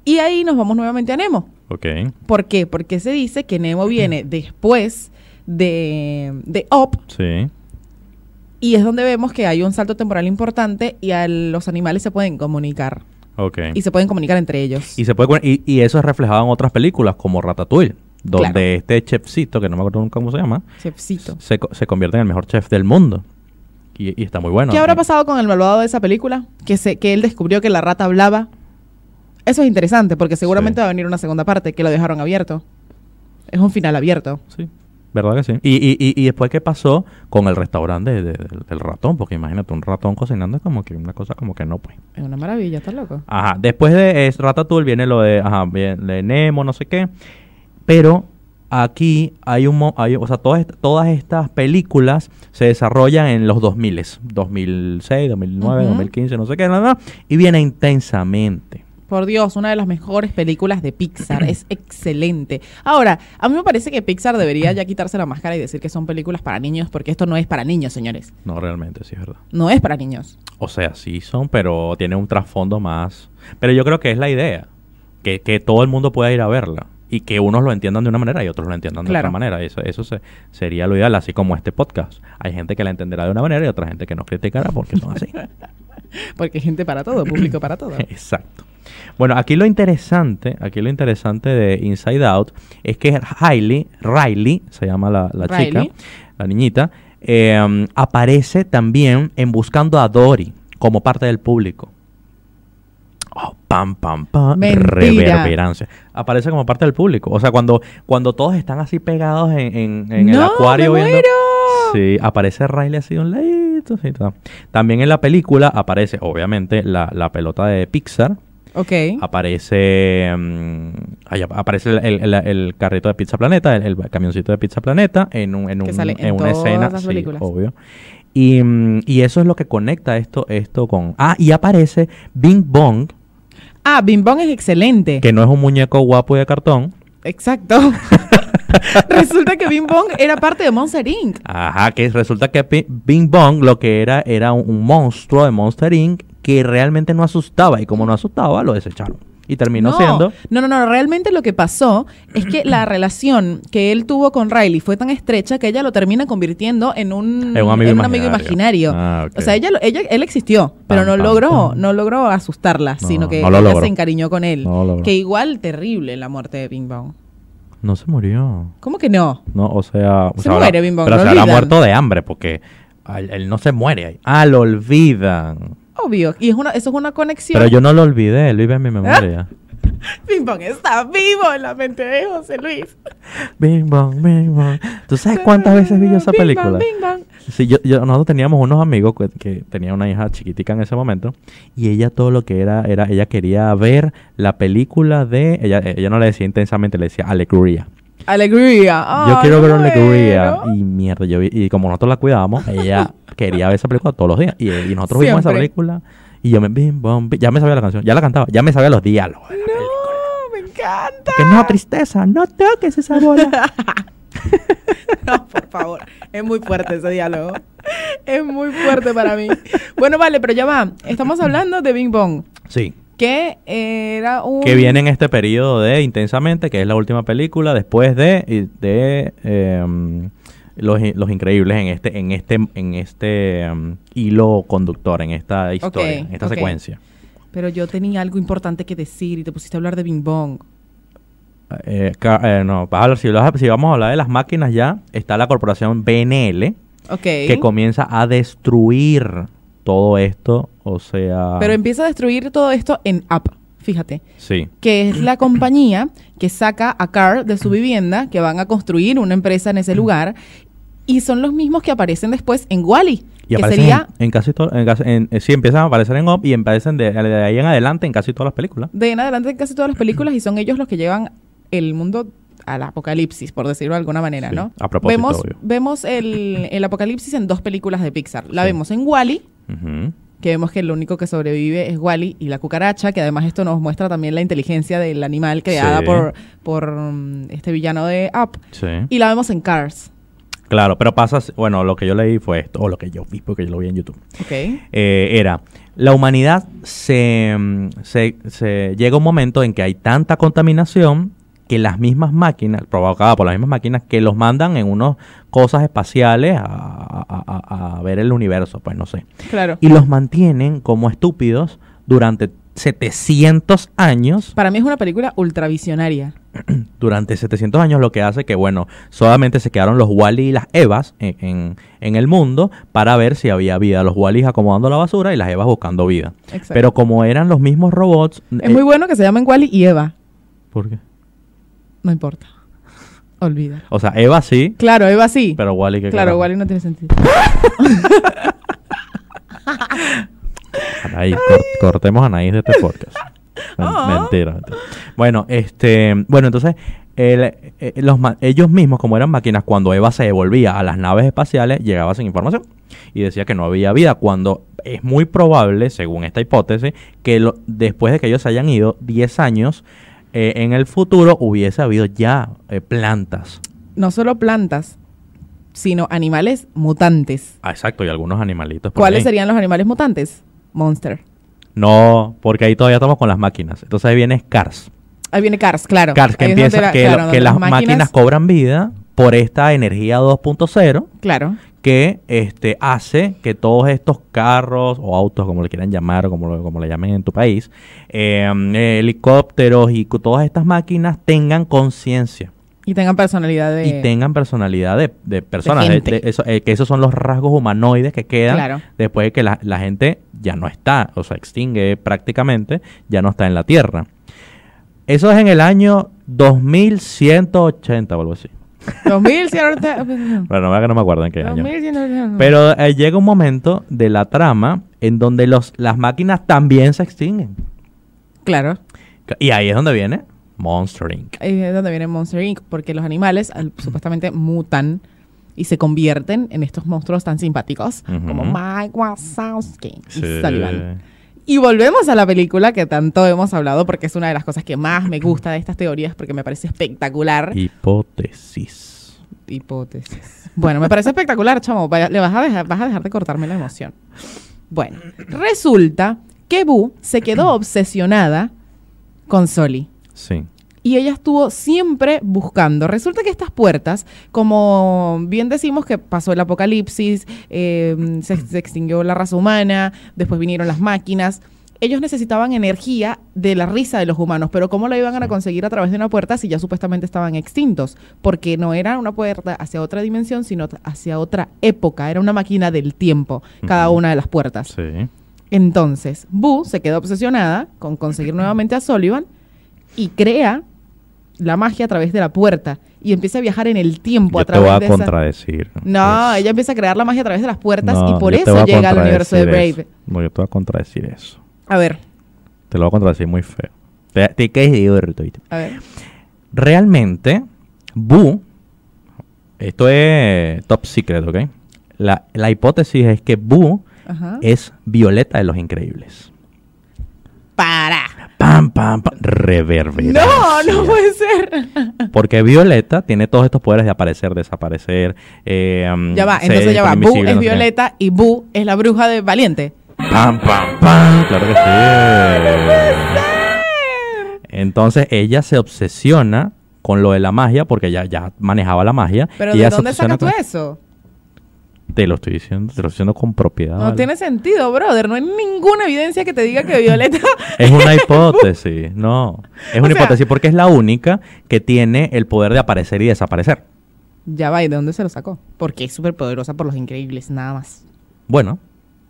Speaker 2: Y ahí nos vamos nuevamente a Nemo.
Speaker 1: Ok.
Speaker 2: ¿Por qué? Porque se dice que Nemo viene después de, de Op
Speaker 1: Sí.
Speaker 2: y es donde vemos que hay un salto temporal importante y a los animales se pueden comunicar.
Speaker 1: Ok.
Speaker 2: Y se pueden comunicar entre ellos.
Speaker 1: Y, se puede, cu- y, y eso es reflejado en otras películas, como Ratatouille, donde
Speaker 2: Claro.
Speaker 1: este chefcito, que no me acuerdo nunca cómo se llama,
Speaker 2: Chefcito.
Speaker 1: se, co- se convierte en el mejor chef del mundo. Y, y está muy bueno.
Speaker 2: ¿Qué habrá
Speaker 1: Y-
Speaker 2: pasado con el malvado de esa película? Que, se, que él descubrió que la rata hablaba. Eso es interesante, porque seguramente
Speaker 1: Sí.
Speaker 2: va a venir una segunda parte, que lo dejaron abierto. Es un final abierto.
Speaker 1: Sí, ¿verdad que sí? Y, y, y, y después, ¿qué pasó con el restaurante de- de- del, del ratón? Porque imagínate, un ratón cocinando es como que una cosa como que no, pues.
Speaker 2: Es una maravilla, estás loco.
Speaker 1: Ajá, después de eh, Ratatouille viene lo de, ajá, bien, de Nemo, no sé qué. Pero aquí hay un... mo- Hay, o sea, todas, est- todas estas películas se desarrollan en los 2000, 2006, 2009,
Speaker 2: Ujú.
Speaker 1: 2015, no sé qué, nada, nada, y viene intensamente.
Speaker 2: Por Dios, una de las mejores películas de Pixar. es excelente. Ahora, a mí me parece que Pixar debería ya quitarse la máscara y decir que son películas para niños, porque esto no es para niños, señores.
Speaker 1: No, realmente, sí, es verdad.
Speaker 2: No es para niños.
Speaker 1: O sea, sí son, pero tiene un trasfondo más. Pero yo creo que es la idea. Que, que todo el mundo pueda ir a verla. Y que unos lo entiendan de una manera y otros lo entiendan de otra
Speaker 2: Claro.
Speaker 1: manera. Eso, eso se- sería lo ideal, así como este podcast. Hay gente que la entenderá de una manera y otra gente que nos criticará porque son así.
Speaker 2: Porque hay gente para todo, público para todo.
Speaker 1: Exacto. Bueno, aquí lo interesante, aquí lo interesante de Inside Out es que Hailey, Riley, se llama la, la chica,
Speaker 2: Riley.
Speaker 1: la niñita, eh, aparece también en Buscando a Dory como parte del público. Oh, pam, pam, pam.
Speaker 2: Mentira.
Speaker 1: Reverberancia. Aparece como parte del público. O sea, cuando, cuando todos están así pegados en, en- en el
Speaker 2: ¡No,
Speaker 1: acuario
Speaker 2: me
Speaker 1: viendo.
Speaker 2: muero!
Speaker 1: Sí, aparece Riley así de un ladito. así, ta. También en la película aparece, obviamente, la, la pelota de Pixar,
Speaker 2: Ok.
Speaker 1: Aparece, mm, ahí ap- aparece el, el- el- el carrito de Pizza Planeta, el, el camioncito de Pizza Planeta en, un- en,
Speaker 2: Que
Speaker 1: un-
Speaker 2: sale en
Speaker 1: en una
Speaker 2: todas
Speaker 1: escena,
Speaker 2: las
Speaker 1: sí,
Speaker 2: películas.
Speaker 1: obvio. Y, mm, y eso es lo que conecta esto, esto con... Ah, y aparece Bing Bong,
Speaker 2: Ah, Bing Bong es excelente.
Speaker 1: que no es un muñeco guapo y de cartón.
Speaker 2: Exacto. Resulta que Bing Bong era parte de Monster Inc.
Speaker 1: Ajá, que resulta que Pi- Bing Bong lo que era era un, un monstruo de Monster Inc. que realmente no asustaba y como no asustaba lo desecharon. Y terminó siendo...
Speaker 2: No, no, no. Realmente lo que pasó es que la relación que él tuvo con Riley fue tan estrecha que ella lo termina convirtiendo en mm, un,
Speaker 1: En un amigo
Speaker 2: imaginario.
Speaker 1: imaginario. Ah, ok.
Speaker 2: O sea, ella, lo- ella, él existió, pero
Speaker 1: Pam,
Speaker 2: no
Speaker 1: pam,
Speaker 2: logró,
Speaker 1: pam.
Speaker 2: no logró asustarla,
Speaker 1: No,
Speaker 2: sino que
Speaker 1: no lo
Speaker 2: ella
Speaker 1: logró.
Speaker 2: se encariñó con él.
Speaker 1: No lo logró.
Speaker 2: que igual terrible la muerte de Bing Bong.
Speaker 1: No se murió.
Speaker 2: ¿Cómo que no?
Speaker 1: No, o sea... o
Speaker 2: Se
Speaker 1: sea,
Speaker 2: muere
Speaker 1: habrá-
Speaker 2: Bing Bong,
Speaker 1: Pero
Speaker 2: lo
Speaker 1: se habrá
Speaker 2: olvidan.
Speaker 1: muerto de hambre porque a él, él no se muere. ahí. Ah, lo olvidan.
Speaker 2: Obvio. Y es una, eso es una conexión.
Speaker 1: Pero yo no lo olvidé, él vive en mi memoria.
Speaker 2: Ah. Bing Bong está vivo en la mente de José Luis.
Speaker 1: Bing Bong, Bing Bong. ¿Tú sabes cuántas veces vi yo esa
Speaker 2: Bing Bong,
Speaker 1: película?
Speaker 2: Bing Bong.
Speaker 1: Sí, yo, yo- nosotros teníamos unos amigos que, que tenía una hija chiquitica en ese momento y ella todo lo que era, era ella quería ver la película de, ella, ella no le decía intensamente, le decía alegría.
Speaker 2: Alegría.
Speaker 1: yo
Speaker 2: Ay,
Speaker 1: quiero ver
Speaker 2: bueno.
Speaker 1: alegría y mierda, yo vi- y como nosotros la cuidábamos, ella quería ver esa película todos los días y, y nosotros vimos esa
Speaker 2: Siempre.
Speaker 1: película y yo me, bim, bom, bim, ya me sabía la canción, ya la cantaba, ya me sabía los diálogos. de la película.
Speaker 2: No, me encanta.
Speaker 1: Que no, tristeza, no toques esa bola.
Speaker 2: No, por favor. Es muy fuerte ese diálogo. Es muy fuerte para mí. Bueno, vale, pero ya va. Estamos hablando de Bing Bong,
Speaker 1: sí.
Speaker 2: que era un...
Speaker 1: que viene en este periodo de Intensamente, que es la última película, después de, y- de em, los, I- los Increíbles en este, en este, en este em, hilo conductor, en esta historia, en esta
Speaker 2: ok.
Speaker 1: secuencia.
Speaker 2: Pero yo tenía algo importante que decir y te pusiste a hablar de Bing Bong.
Speaker 1: Eh, ca- eh, no, vas a hablar- si, vas a- si vamos a hablar de las máquinas ya, está la corporación BNL,
Speaker 2: Ok.
Speaker 1: que comienza a destruir todo esto, o sea...
Speaker 2: Pero empieza a destruir todo esto en App, fíjate.
Speaker 1: sí.
Speaker 2: que es la compañía que saca a Carl de su vivienda, que van a construir una empresa en ese lugar, y son los mismos que aparecen después en Wally,
Speaker 1: Y
Speaker 2: que
Speaker 1: aparecen
Speaker 2: sería
Speaker 1: en, en casi todo, en, casi- en- eh, sí, empiezan a aparecer en OP y aparecen de, de ahí en adelante en casi todas las películas.
Speaker 2: de en adelante en casi todas las películas, y son ellos los que llevan el mundo al apocalipsis, por decirlo de alguna manera,
Speaker 1: Sí,
Speaker 2: ¿no?
Speaker 1: a propósito,
Speaker 2: vemos
Speaker 1: obvio.
Speaker 2: vemos el, el apocalipsis en dos películas de Pixar. La
Speaker 1: Sí.
Speaker 2: vemos en Wally,
Speaker 1: Ujú.
Speaker 2: que vemos que lo único que sobrevive es Wally y la cucaracha, que además esto nos muestra también la inteligencia del animal creada
Speaker 1: Sí.
Speaker 2: por, por mm, este villano de Up.
Speaker 1: Sí.
Speaker 2: Y la vemos en Cars.
Speaker 1: Claro, pero pasa, bueno, lo que yo leí fue esto, o lo que yo vi, porque yo lo vi en YouTube.
Speaker 2: Ok.
Speaker 1: Eh, era, la humanidad se, mm, se, se- llega un momento en que hay tanta contaminación que las mismas máquinas, provocada por las mismas máquinas, que los mandan en unas cosas espaciales a, a- a- a ver el universo, pues no sé.
Speaker 2: Claro.
Speaker 1: Y los mantienen como estúpidos durante 700 años
Speaker 2: Para mí es una película ultravisionaria.
Speaker 1: durante 700 años, lo que hace que, bueno, solamente se quedaron los Wally y las Evas en, en- en el mundo para ver si había vida. Los Wallys acomodando la basura y las Evas buscando vida.
Speaker 2: Exacto.
Speaker 1: Pero eh, como eran los mismos robots... eh,
Speaker 2: es muy bueno que se llamen Wally y Eva.
Speaker 1: ¿Por qué?
Speaker 2: No importa. Olvida.
Speaker 1: O sea, Eva sí,
Speaker 2: Claro, Eva sí.
Speaker 1: pero Wally que...
Speaker 2: claro, Wally no tiene sentido.
Speaker 1: Anaís, cor- cortemos a Anaís de este podcast. Men-
Speaker 2: Oh.
Speaker 1: mentira, mentira. Bueno, este, bueno, entonces el- eh, los ma- ellos mismos, como eran máquinas, cuando Eva se devolvía a las naves espaciales, llegaba sin información y decía que no había vida. Cuando es muy probable, según esta hipótesis, que lo- después de que ellos se hayan ido 10 años eh, en el futuro hubiese habido ya eh, plantas.
Speaker 2: No solo plantas, sino animales mutantes.
Speaker 1: Ah, exacto, y algunos animalitos. por
Speaker 2: ¿Cuáles
Speaker 1: ahí.
Speaker 2: serían los animales mutantes? Monster.
Speaker 1: No, porque ahí todavía estamos con las máquinas. Entonces ahí viene Cars.
Speaker 2: Ahí viene Cars, claro.
Speaker 1: Cars, que
Speaker 2: Ahí es donde
Speaker 1: empieza
Speaker 2: la-
Speaker 1: que,
Speaker 2: claro,
Speaker 1: lo-
Speaker 2: donde
Speaker 1: que las máquinas, cobran vida por esta energía 2.0
Speaker 2: Claro.
Speaker 1: que este, hace que todos estos carros o autos, como le quieran llamar o como, lo- como le llamen en tu país, eh, helicópteros y cu- todas estas máquinas tengan conciencia
Speaker 2: Y tengan personalidad de...
Speaker 1: y tengan personalidad de, de personas. de-
Speaker 2: gente.
Speaker 1: de eso- eh, que esos son los rasgos humanoides que quedan
Speaker 2: Claro.
Speaker 1: después de que la, la gente ya no está, o sea, extingue prácticamente, ya no está en la Tierra. Eso es en el año 2180 o algo así.
Speaker 2: 2000, sí, ahorita-
Speaker 1: Bueno, no, no me acuerdo en qué año.
Speaker 2: 2000, sí, ahorita-
Speaker 1: Pero eh, llega un momento de la trama en donde los, las máquinas también se extinguen.
Speaker 2: Claro.
Speaker 1: Y ahí es donde viene Monster Inc.
Speaker 2: Ahí es donde viene Monster Inc. Porque los animales al- supuestamente mutan y se convierten en estos monstruos tan simpáticos
Speaker 1: Ujú.
Speaker 2: como Mike Wazowski y
Speaker 1: Sí.
Speaker 2: Sullivan. Y volvemos a la película que tanto hemos hablado porque es una de las cosas que más me gusta de estas teorías porque me parece espectacular.
Speaker 1: Hipótesis.
Speaker 2: Hipótesis. Bueno, me parece espectacular, chamo. Vaya- Le vas a dejar, vas a dejar de cortarme la emoción. Bueno, resulta que Boo se quedó obsesionada con Soli.
Speaker 1: Sí.
Speaker 2: Y ella estuvo siempre buscando. Resulta que estas puertas, como bien decimos que pasó el apocalipsis, eh, se, se extinguió la raza humana, después vinieron las máquinas. Ellos necesitaban energía de la risa de los humanos, pero ¿cómo la iban a conseguir a través de una puerta si ya supuestamente estaban extintos? Porque no era una puerta hacia otra dimensión, sino hacia otra época. Era una máquina del tiempo, cada
Speaker 1: Ujú.
Speaker 2: una de las puertas.
Speaker 1: Sí.
Speaker 2: Entonces, Boo se queda obsesionada con conseguir nuevamente a Sullivan y crea la magia a través de la puerta y empieza a viajar en el tiempo
Speaker 1: Yo
Speaker 2: a
Speaker 1: te
Speaker 2: través
Speaker 1: voy a
Speaker 2: de esa-
Speaker 1: contradecir.
Speaker 2: No,
Speaker 1: Es-
Speaker 2: ella empieza a crear la magia a través de las puertas
Speaker 1: No,
Speaker 2: y por
Speaker 1: yo te voy
Speaker 2: eso
Speaker 1: a
Speaker 2: llega al universo de Brave.
Speaker 1: contradecir eso. No, yo te voy a contradecir eso.
Speaker 2: A ver,
Speaker 1: Te lo voy a contradecir muy feo. Te, te caes de orto, ¿viste?
Speaker 2: a ver.
Speaker 1: Realmente, Boo, esto es top secret, ¿ok? La, la hipótesis es que Boo
Speaker 2: Ajá.
Speaker 1: es Violeta de los Increíbles.
Speaker 2: Para.
Speaker 1: Pam, pam, pam. Reverberancia.
Speaker 2: No, no puede ser.
Speaker 1: Porque Violeta tiene todos estos poderes de aparecer, desaparecer. eh, um,
Speaker 2: ya va,
Speaker 1: ser
Speaker 2: entonces ya va. Boo
Speaker 1: invisible,
Speaker 2: es
Speaker 1: no sé qué.
Speaker 2: Violeta y Boo es la bruja de Valiente.
Speaker 1: Pam, pam, pam. Claro que sí. Entonces ella se obsesiona con lo de la magia, porque ya, ya manejaba la magia.
Speaker 2: Pero
Speaker 1: y
Speaker 2: ¿de
Speaker 1: ella se
Speaker 2: dónde
Speaker 1: obsesiona
Speaker 2: sacas tú
Speaker 1: con-
Speaker 2: eso?
Speaker 1: Te lo estoy diciendo, te lo estoy diciendo con propiedad.
Speaker 2: No
Speaker 1: ¿vale?
Speaker 2: tiene sentido, brother. No hay ninguna evidencia que te diga que Violeta
Speaker 1: Es una hipótesis, no. Es
Speaker 2: O
Speaker 1: una
Speaker 2: sea-
Speaker 1: hipótesis porque es la única que tiene el poder de aparecer y desaparecer.
Speaker 2: Ya va, ¿y de dónde se lo sacó? Porque es súper poderosa por los increíbles, nada más.
Speaker 1: Bueno,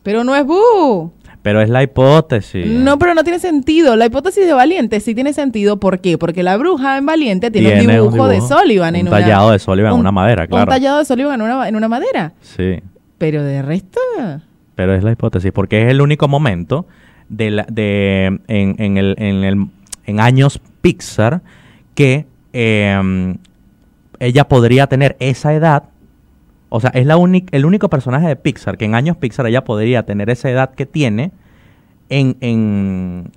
Speaker 2: Pero no es Boo.
Speaker 1: pero es la hipótesis.
Speaker 2: No, pero no tiene sentido. La hipótesis de Valiente sí tiene sentido. ¿Por qué? Porque la bruja en Valiente tiene,
Speaker 1: Tiene
Speaker 2: un,
Speaker 1: un
Speaker 2: dibujo
Speaker 1: dibujo,
Speaker 2: de Sullivan
Speaker 1: un
Speaker 2: en
Speaker 1: tallado
Speaker 2: una,
Speaker 1: de Sullivan en una madera, claro.
Speaker 2: Un tallado de Sullivan en una, en una madera.
Speaker 1: Sí,
Speaker 2: Pero de resto.
Speaker 1: pero es la hipótesis porque es el único momento de la- de, en, en el, en, el- en años Pixar que eh, ella podría tener esa edad. O sea, es la única el único personaje de Pixar que en años Pixar ella podría tener esa edad que tiene en, en,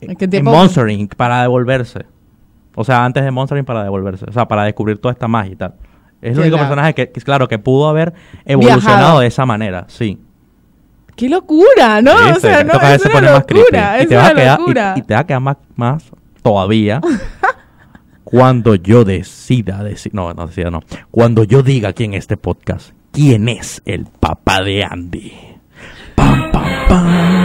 Speaker 2: ¿En qué
Speaker 1: en
Speaker 2: tiempo?
Speaker 1: Monster Inc. para devolverse. O sea, antes de Monster Inc. para devolverse. O sea, para descubrir toda esta magia y tal. Es el
Speaker 2: Qué
Speaker 1: único
Speaker 2: la-
Speaker 1: personaje que, que, claro, que pudo haber evolucionado
Speaker 2: Viajado.
Speaker 1: de esa manera. Sí.
Speaker 2: ¡Qué locura! ¿No?
Speaker 1: Sí,
Speaker 2: o sea,
Speaker 1: te-
Speaker 2: no,
Speaker 1: te parece
Speaker 2: es una
Speaker 1: poner más creepy.
Speaker 2: locura.
Speaker 1: Y
Speaker 2: Es
Speaker 1: te vas
Speaker 2: una
Speaker 1: a quedar- y-
Speaker 2: locura.
Speaker 1: Y, te va a quedar más, más todavía cuando yo decida decir. No, no decida, no. Cuando yo diga aquí en este podcast quién es el papá de Andy. Pam, pam, pam.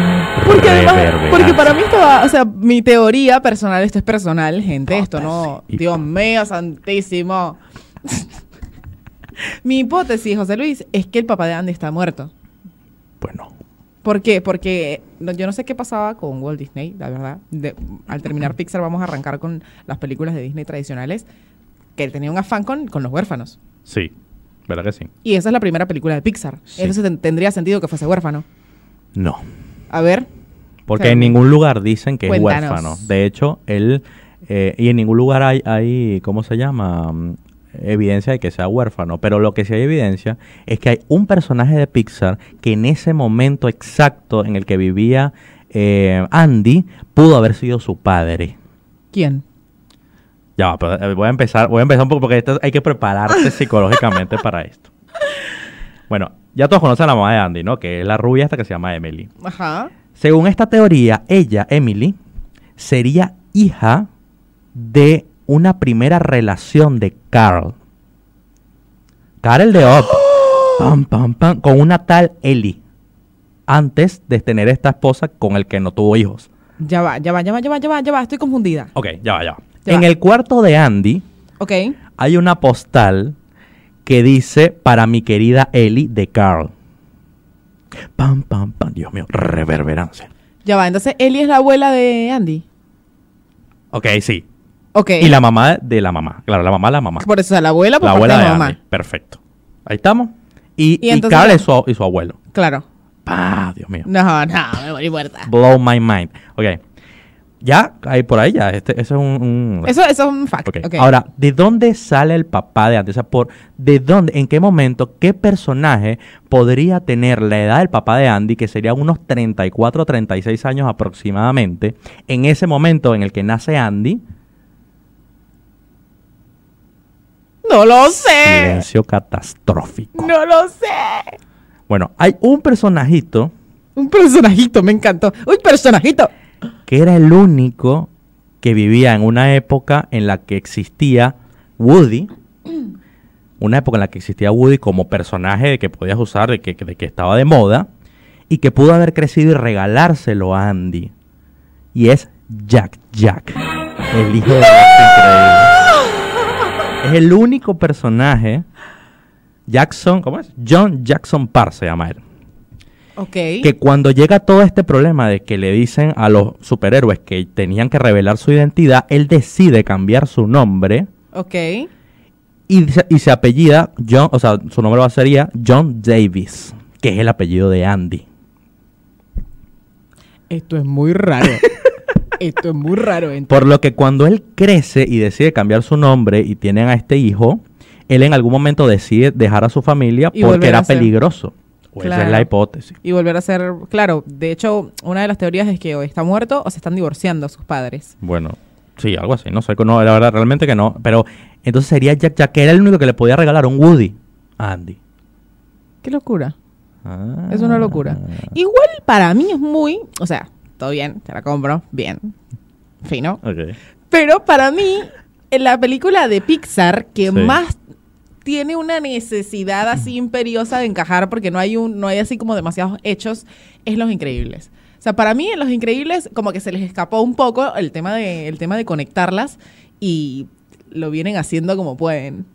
Speaker 2: Porque además,
Speaker 1: Reverberancia.
Speaker 2: porque para mí esto va, o sea, mi teoría personal, esto es personal, gente, esto no,
Speaker 1: Hipótesis,
Speaker 2: Dios mío santísimo. mi hipótesis, José Luis, es que el papá de Andy está muerto.
Speaker 1: Pues no.
Speaker 2: ¿Por qué? Porque no- yo no sé qué pasaba con Walt Disney, la verdad. De- al terminar Pixar vamos a arrancar con las películas de Disney tradicionales, que él tenía un afán con, con los huérfanos.
Speaker 1: Sí. ¿Verdad que sí?
Speaker 2: Y esa es la primera película de Pixar.
Speaker 1: Sí.
Speaker 2: Entonces ten- tendría sentido que fuese huérfano.
Speaker 1: No.
Speaker 2: A ver,
Speaker 1: Porque
Speaker 2: Claro.
Speaker 1: en ningún lugar dicen que
Speaker 2: Cuéntanos.
Speaker 1: es huérfano. De hecho, él. eh, y en ningún lugar hay, hay. ¿Cómo se llama? Mm, Evidencia de que sea huérfano. Pero lo que sí hay evidencia es que hay un personaje de Pixar que en ese momento exacto en el que vivía eh, Andy pudo haber sido su padre.
Speaker 2: ¿quién?
Speaker 1: Ya, va, pero, eh, voy a empezar, voy a empezar un poco porque esto hay que prepararse psicológicamente para esto. Bueno, ya todos conocen a la mamá de Andy, ¿no? Que es la rubia esta que se llama Emily.
Speaker 2: Ajá.
Speaker 1: Según esta teoría, ella, Emily, sería hija de una primera relación de Carl. Carl de Op. Pam, pam, pam, con una tal Ellie. Antes de tener esta esposa con el que no tuvo hijos.
Speaker 2: Ya va, ya va, ya va, ya va, ya va, ya va, estoy confundida.
Speaker 1: Ok, ya va, ya va.
Speaker 2: Ya
Speaker 1: en
Speaker 2: va.
Speaker 1: el cuarto de Andy
Speaker 2: Ok.
Speaker 1: hay una postal que dice para mi querida Ellie de Carl. Pam, pam, pam. Dios mío, reverberancia.
Speaker 2: Ya va, entonces Ellie es la abuela de Andy.
Speaker 1: Ok, sí,
Speaker 2: Ok.
Speaker 1: Y la mamá de la mamá. Claro, la mamá de la mamá.
Speaker 2: Por eso, o sea, la abuela por
Speaker 1: La
Speaker 2: parte
Speaker 1: abuela
Speaker 2: de
Speaker 1: de
Speaker 2: la mamá.
Speaker 1: Andy. Perfecto. Ahí estamos. Y, y,
Speaker 2: Y entonces
Speaker 1: Carl
Speaker 2: la-
Speaker 1: y su, y su abuelo.
Speaker 2: Claro.
Speaker 1: ¡Pah! Dios mío.
Speaker 2: No, no, me morí muerta.
Speaker 1: Blow my mind. Ok. Ya, ahí por ahí ya. Este, eso es un. un-
Speaker 2: Eso, eso es un fact.
Speaker 1: Ok.
Speaker 2: ok.
Speaker 1: Ahora, ¿de dónde sale el papá de antes? O sea, por, ¿de dónde, en qué momento, qué personaje podría tener la edad del papá de Andy, que sería unos 34, 36 años aproximadamente, en ese momento en el que nace Andy?
Speaker 2: No lo sé.
Speaker 1: Silencio catastrófico.
Speaker 2: Eh. No lo sé.
Speaker 1: Bueno, hay un personajito
Speaker 2: Un personajito, me encantó. Un personajito.
Speaker 1: que era el único que vivía en una época en la que existía Woody. Una época en la que existía Woody como personaje de que podías usar, de que, de que estaba de moda, y que pudo haber crecido y regalárselo a Andy. Y es Jack Jack, el hijo de Jack Increíble. Es el único personaje, Jackson, ¿cómo es? John Jackson Parr se llama él
Speaker 2: Ok.
Speaker 1: que cuando llega todo este problema de que le dicen a los superhéroes que tenían que revelar su identidad, él decide cambiar su nombre
Speaker 2: Ok.
Speaker 1: y se, y se apellida John, o sea, su nombre va a sería John Davis, que es el apellido de Andy.
Speaker 2: Esto es muy raro. Esto es muy raro. ¿eh? ent-
Speaker 1: Por lo que cuando él crece y decide cambiar su nombre y tienen a este hijo, él en algún momento decide dejar a su familia
Speaker 2: Y
Speaker 1: porque
Speaker 2: volver
Speaker 1: era
Speaker 2: a ser.
Speaker 1: peligroso. O Esa es la
Speaker 2: Claro.
Speaker 1: hipótesis.
Speaker 2: Y volver a ser, claro, de hecho, una de las teorías es que o está muerto o se están divorciando sus padres.
Speaker 1: Bueno, sí, algo así. No sé, no, la verdad, realmente que no. Pero entonces sería Jack Jack, que era el único que le podía regalar un Woody a Andy.
Speaker 2: Qué locura. Es una locura.
Speaker 1: Ah.
Speaker 2: Igual para mí es muy, o sea, todo bien, te la compro, bien, fino.
Speaker 1: Ok.
Speaker 2: Pero para mí, en la película de Pixar que
Speaker 1: Sí.
Speaker 2: más tiene una necesidad así imperiosa de encajar porque no hay un no hay así como demasiados hechos es Los Increíbles. O sea, para mí en Los Increíbles como que se les escapó un poco el tema de el tema de conectarlas y lo vienen haciendo como pueden.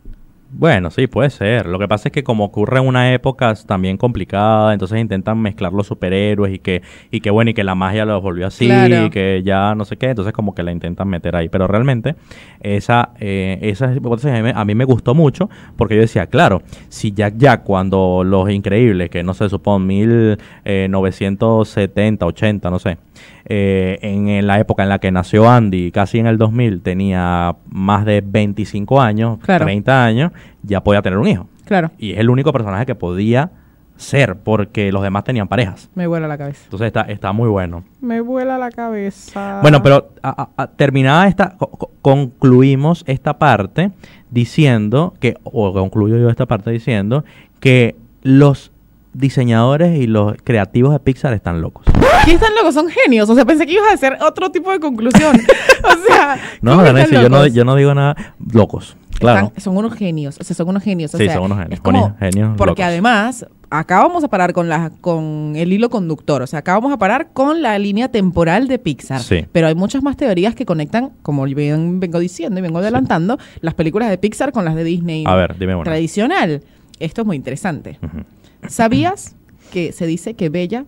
Speaker 1: Bueno, sí, puede ser. Lo que pasa es que como ocurre en una época también complicada, entonces intentan mezclar los superhéroes y que, y que bueno, y que la magia los volvió así,
Speaker 2: Claro.
Speaker 1: y que ya no sé qué, entonces como que la intentan meter ahí. Pero realmente esa, eh, esa hipótesis a mí, me- a mí me gustó mucho porque yo decía, claro, si Jack Jack cuando Los Increíbles, que no sé, eh, supón 1970, 80, no sé, eh, en, en la época en la que nació Andy, casi en el 2000, tenía más de 25 años,
Speaker 2: Claro.
Speaker 1: 30 30 años ya podía tener un hijo.
Speaker 2: Claro,
Speaker 1: Y es el único personaje que podía ser porque los demás tenían parejas.
Speaker 2: me vuela la cabeza.
Speaker 1: Entonces está, está muy bueno.
Speaker 2: Me vuela la cabeza.
Speaker 1: Bueno, pero a- a- a- terminada esta, co- co- concluimos esta parte diciendo que, o concluyo yo esta parte diciendo que los diseñadores y los creativos de Pixar están locos.
Speaker 2: ¿Qué están locos? Son genios. O sea, pensé que ibas a hacer otro tipo de conclusión. o sea,
Speaker 1: No,
Speaker 2: ¿cómo
Speaker 1: Vanessa,
Speaker 2: están
Speaker 1: yo no,
Speaker 2: locos?
Speaker 1: yo no digo nada locos. Claro.
Speaker 2: Están- son unos genios, o sea, son unos genios. o
Speaker 1: Sí,
Speaker 2: sea,
Speaker 1: son unos genios,
Speaker 2: es como-
Speaker 1: genios, genios
Speaker 2: porque
Speaker 1: locos.
Speaker 2: además, acá vamos a parar con, la, con el hilo conductor, o sea, acá vamos a parar con la línea temporal de Pixar.
Speaker 1: Sí.
Speaker 2: Pero hay muchas más teorías que conectan, como bien vengo diciendo y vengo adelantando, las películas de Pixar con las de Disney
Speaker 1: A ver, dime una.
Speaker 2: tradicional. Esto es muy interesante.
Speaker 1: Ujú.
Speaker 2: ¿Sabías que se dice que Bella,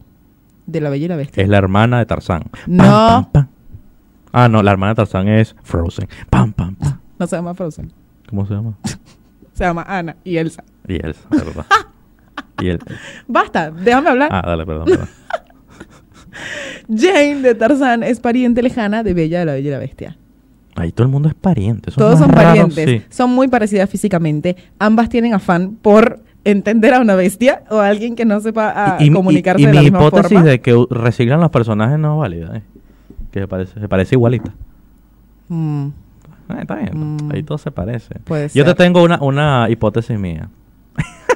Speaker 2: de la Bella y la Bestia,
Speaker 1: Es la hermana de Tarzán. Pam,
Speaker 2: No.
Speaker 1: pam, pam. Ah, no, la hermana de Tarzán es Frozen. Pam, pam, pam.
Speaker 2: no se llama Frozen,
Speaker 1: ¿Cómo se llama?
Speaker 2: se llama Ana y Elsa?
Speaker 1: Y él, ¿verdad? y él.
Speaker 2: Basta, déjame hablar.
Speaker 1: Ah, dale, perdón, perdón.
Speaker 2: Jane de Tarzán es pariente lejana de Bella de la Bella y la Bestia.
Speaker 1: Ahí todo el mundo es pariente. eso es más
Speaker 2: Todos son
Speaker 1: raro,
Speaker 2: parientes,
Speaker 1: sí.
Speaker 2: son muy parecidas físicamente. Ambas tienen afán por entender a una bestia o a alguien que no sepa ah,
Speaker 1: Y- y- y-
Speaker 2: comunicarse
Speaker 1: y
Speaker 2: de la
Speaker 1: mi
Speaker 2: misma
Speaker 1: hipótesis
Speaker 2: forma.
Speaker 1: de que u- reciclan los personajes no es válida. ¿eh? Que se parece, se parece igualita.
Speaker 2: Mm,
Speaker 1: Ah, está bien.
Speaker 2: Mm.
Speaker 1: Ahí todo se parece.
Speaker 2: Puede
Speaker 1: Yo te
Speaker 2: ser.
Speaker 1: tengo una, una hipótesis mía.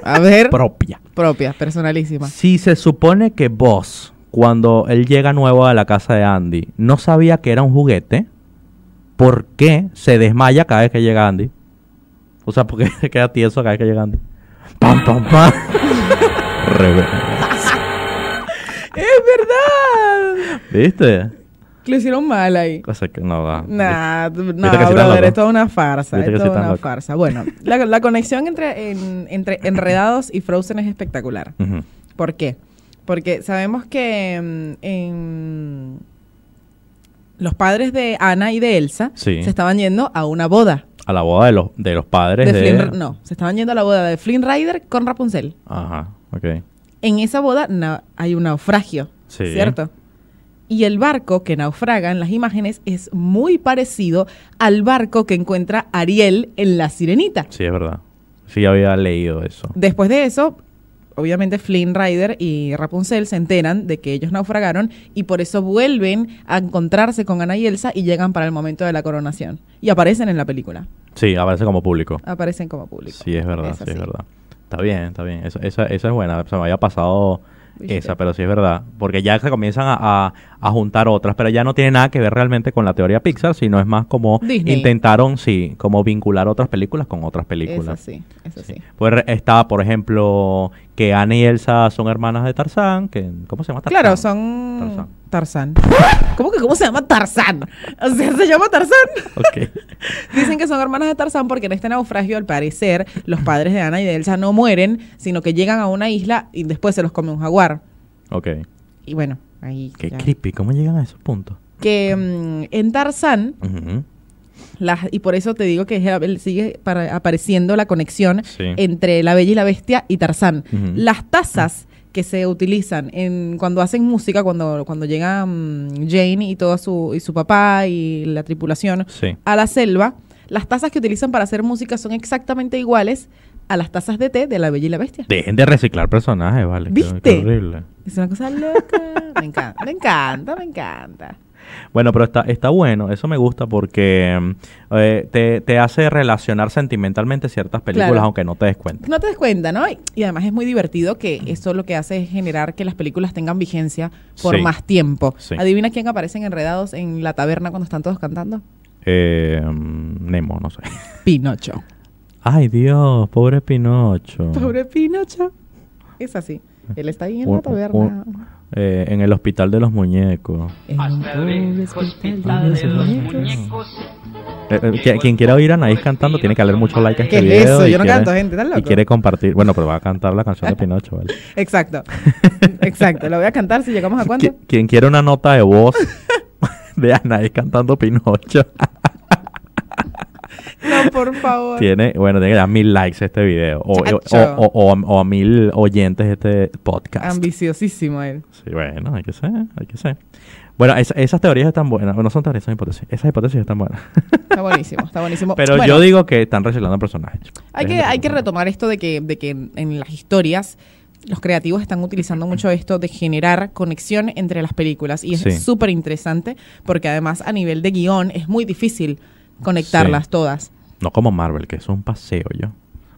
Speaker 2: a ver,
Speaker 1: Propia.
Speaker 2: propia, personalísima.
Speaker 1: Si se supone que Boss, cuando él llega nuevo a la casa de Andy, no sabía que era un juguete, ¿por qué se desmaya cada vez que llega Andy? O sea, ¿por qué se queda tieso cada vez que llega Andy? ¡Pam, pam, pam! Revés.
Speaker 2: ¡Es verdad!
Speaker 1: ¿Viste?
Speaker 2: Lo hicieron mal ahí.
Speaker 1: Cosa que no da.
Speaker 2: Nah, no,
Speaker 1: que sí tan
Speaker 2: brother,
Speaker 1: loco?
Speaker 2: es toda una farsa,
Speaker 1: Viste
Speaker 2: es
Speaker 1: que sí
Speaker 2: toda
Speaker 1: tan
Speaker 2: una
Speaker 1: loco.
Speaker 2: farsa. Bueno, la, la conexión entre, en- entre Enredados y Frozen es espectacular.
Speaker 1: Ujú.
Speaker 2: ¿Por qué? Porque sabemos que mm, en- los padres de Ana y de Elsa
Speaker 1: Sí.
Speaker 2: se estaban yendo a una boda.
Speaker 1: A la boda de los, de los padres
Speaker 2: De
Speaker 1: de...
Speaker 2: Flynn- no, se estaban yendo a la boda de Flynn Rider con Rapunzel.
Speaker 1: Ajá, ok.
Speaker 2: En esa boda na- hay un naufragio,
Speaker 1: Sí.
Speaker 2: ¿cierto? y el barco que naufraga en las imágenes es muy parecido al barco que encuentra Ariel en La Sirenita.
Speaker 1: Sí, es verdad. Sí, había leído eso.
Speaker 2: Después de eso, obviamente Flynn Rider y Rapunzel se enteran de que ellos naufragaron y por eso vuelven a encontrarse con Ana y Elsa y llegan para el momento de la coronación. Y aparecen en la película.
Speaker 1: Sí, aparece como público.
Speaker 2: Aparecen como público.
Speaker 1: Sí, es verdad, sí, es verdad. Está bien, está bien. Esa, esa, esa es buena. Se me había pasado
Speaker 2: Viste.
Speaker 1: esa, pero sí es verdad. Porque ya se comienzan a, a- a juntar otras, pero ya no tiene nada que ver realmente con la teoría Pixar, sino es más como
Speaker 2: Disney.
Speaker 1: intentaron, sí, como vincular otras películas con otras
Speaker 2: Es
Speaker 1: películas.
Speaker 2: así, es así.
Speaker 1: Sí. Pues re- está, por ejemplo, que Anne y Elsa son hermanas de Tarzán, que ¿cómo se llama Tarzán?
Speaker 2: Claro, son...
Speaker 1: Tarzán.
Speaker 2: Tarzán. ¿Cómo que cómo se llama Tarzán? O sea, ¿se llama Tarzán?
Speaker 1: Ok.
Speaker 2: Dicen que son hermanas de Tarzán porque en este naufragio, al parecer, los padres de Ana y de Elsa no mueren, sino que llegan a una isla y después se los come un jaguar.
Speaker 1: Ok.
Speaker 2: Y bueno, ahí.
Speaker 1: Qué
Speaker 2: ya.
Speaker 1: creepy, ¿cómo llegan a esos puntos?
Speaker 2: Que mm, en Tarzán,
Speaker 1: Ujú.
Speaker 2: las, y por eso te digo que es- él sigue para- apareciendo la conexión
Speaker 1: Sí.
Speaker 2: entre la bella y la bestia y Tarzán.
Speaker 1: Ujú.
Speaker 2: Las tazas que se utilizan en, cuando hacen música, cuando, cuando llega mm, Jane y toda su, y su papá y la tripulación
Speaker 1: Sí.
Speaker 2: a la selva, las tazas que utilizan para hacer música son exactamente iguales a las tazas de té de la bella y la bestia.
Speaker 1: Dejen de reciclar personajes, vale. qué-
Speaker 2: ¿Viste?
Speaker 1: qué horrible.
Speaker 2: Es una cosa loca. me encanta, me encanta, me encanta.
Speaker 1: Bueno, pero está, está bueno, eso me gusta porque mm, eh, te, te hace relacionar sentimentalmente ciertas películas,
Speaker 2: Claro.
Speaker 1: aunque no te des cuenta.
Speaker 2: No te das cuenta, ¿no? Y- Y además es muy divertido que eso lo que hace es generar que las películas tengan vigencia por
Speaker 1: Sí.
Speaker 2: más tiempo.
Speaker 1: Sí.
Speaker 2: Adivina quién aparecen enredados en la taberna cuando están todos cantando.
Speaker 1: Eh, mm, Nemo, no sé.
Speaker 2: Pinocho.
Speaker 1: Ay, Dios, pobre Pinocho.
Speaker 2: Pobre Pinocho. Es así. Él está ahí en
Speaker 1: Un-
Speaker 2: la taberna.
Speaker 1: un- eh, en el hospital de los muñecos.
Speaker 2: En un
Speaker 3: Hasta
Speaker 2: pobre
Speaker 3: el
Speaker 2: hospital de los muñecos.
Speaker 1: Eh, eh, quien, quien quiera oír a Anaís cantando tiene que darle mucho like a este
Speaker 2: ¿Qué
Speaker 1: video.
Speaker 2: es eso?
Speaker 1: y
Speaker 2: Yo no
Speaker 1: quiere-
Speaker 2: canto, gente, ¿estás
Speaker 1: Y
Speaker 2: loco?
Speaker 1: quiere compartir. Bueno, pero va a cantar la canción de Pinocho, ¿vale?
Speaker 2: Exacto. Exacto. Lo voy a cantar si llegamos a cuánto.
Speaker 1: Qui- Quien quiere una nota de voz de Anaís cantando Pinocho.
Speaker 2: No, por favor.
Speaker 1: Tiene, bueno, tiene que dar mil likes a este video. O, o,
Speaker 2: Chacho.
Speaker 1: o- o- o a mil oyentes de este podcast.
Speaker 2: Ambiciosísimo él.
Speaker 1: Sí, bueno, hay que ser, hay que ser. Bueno, esa- esas teorías están buenas. No son teorías, son hipótesis. Esas hipótesis están buenas.
Speaker 2: Está buenísimo, está buenísimo.
Speaker 1: Pero
Speaker 2: Bueno,
Speaker 1: yo digo que están reciclando personajes.
Speaker 2: Hay que, hay que retomar esto de que, de que en, en las historias los creativos están utilizando mucho esto de generar conexión entre las películas y
Speaker 1: Sí.
Speaker 2: es súper interesante porque además a nivel de guión es muy difícil conectarlas
Speaker 1: Sí.
Speaker 2: todas.
Speaker 1: No como Marvel, que es un paseo yo.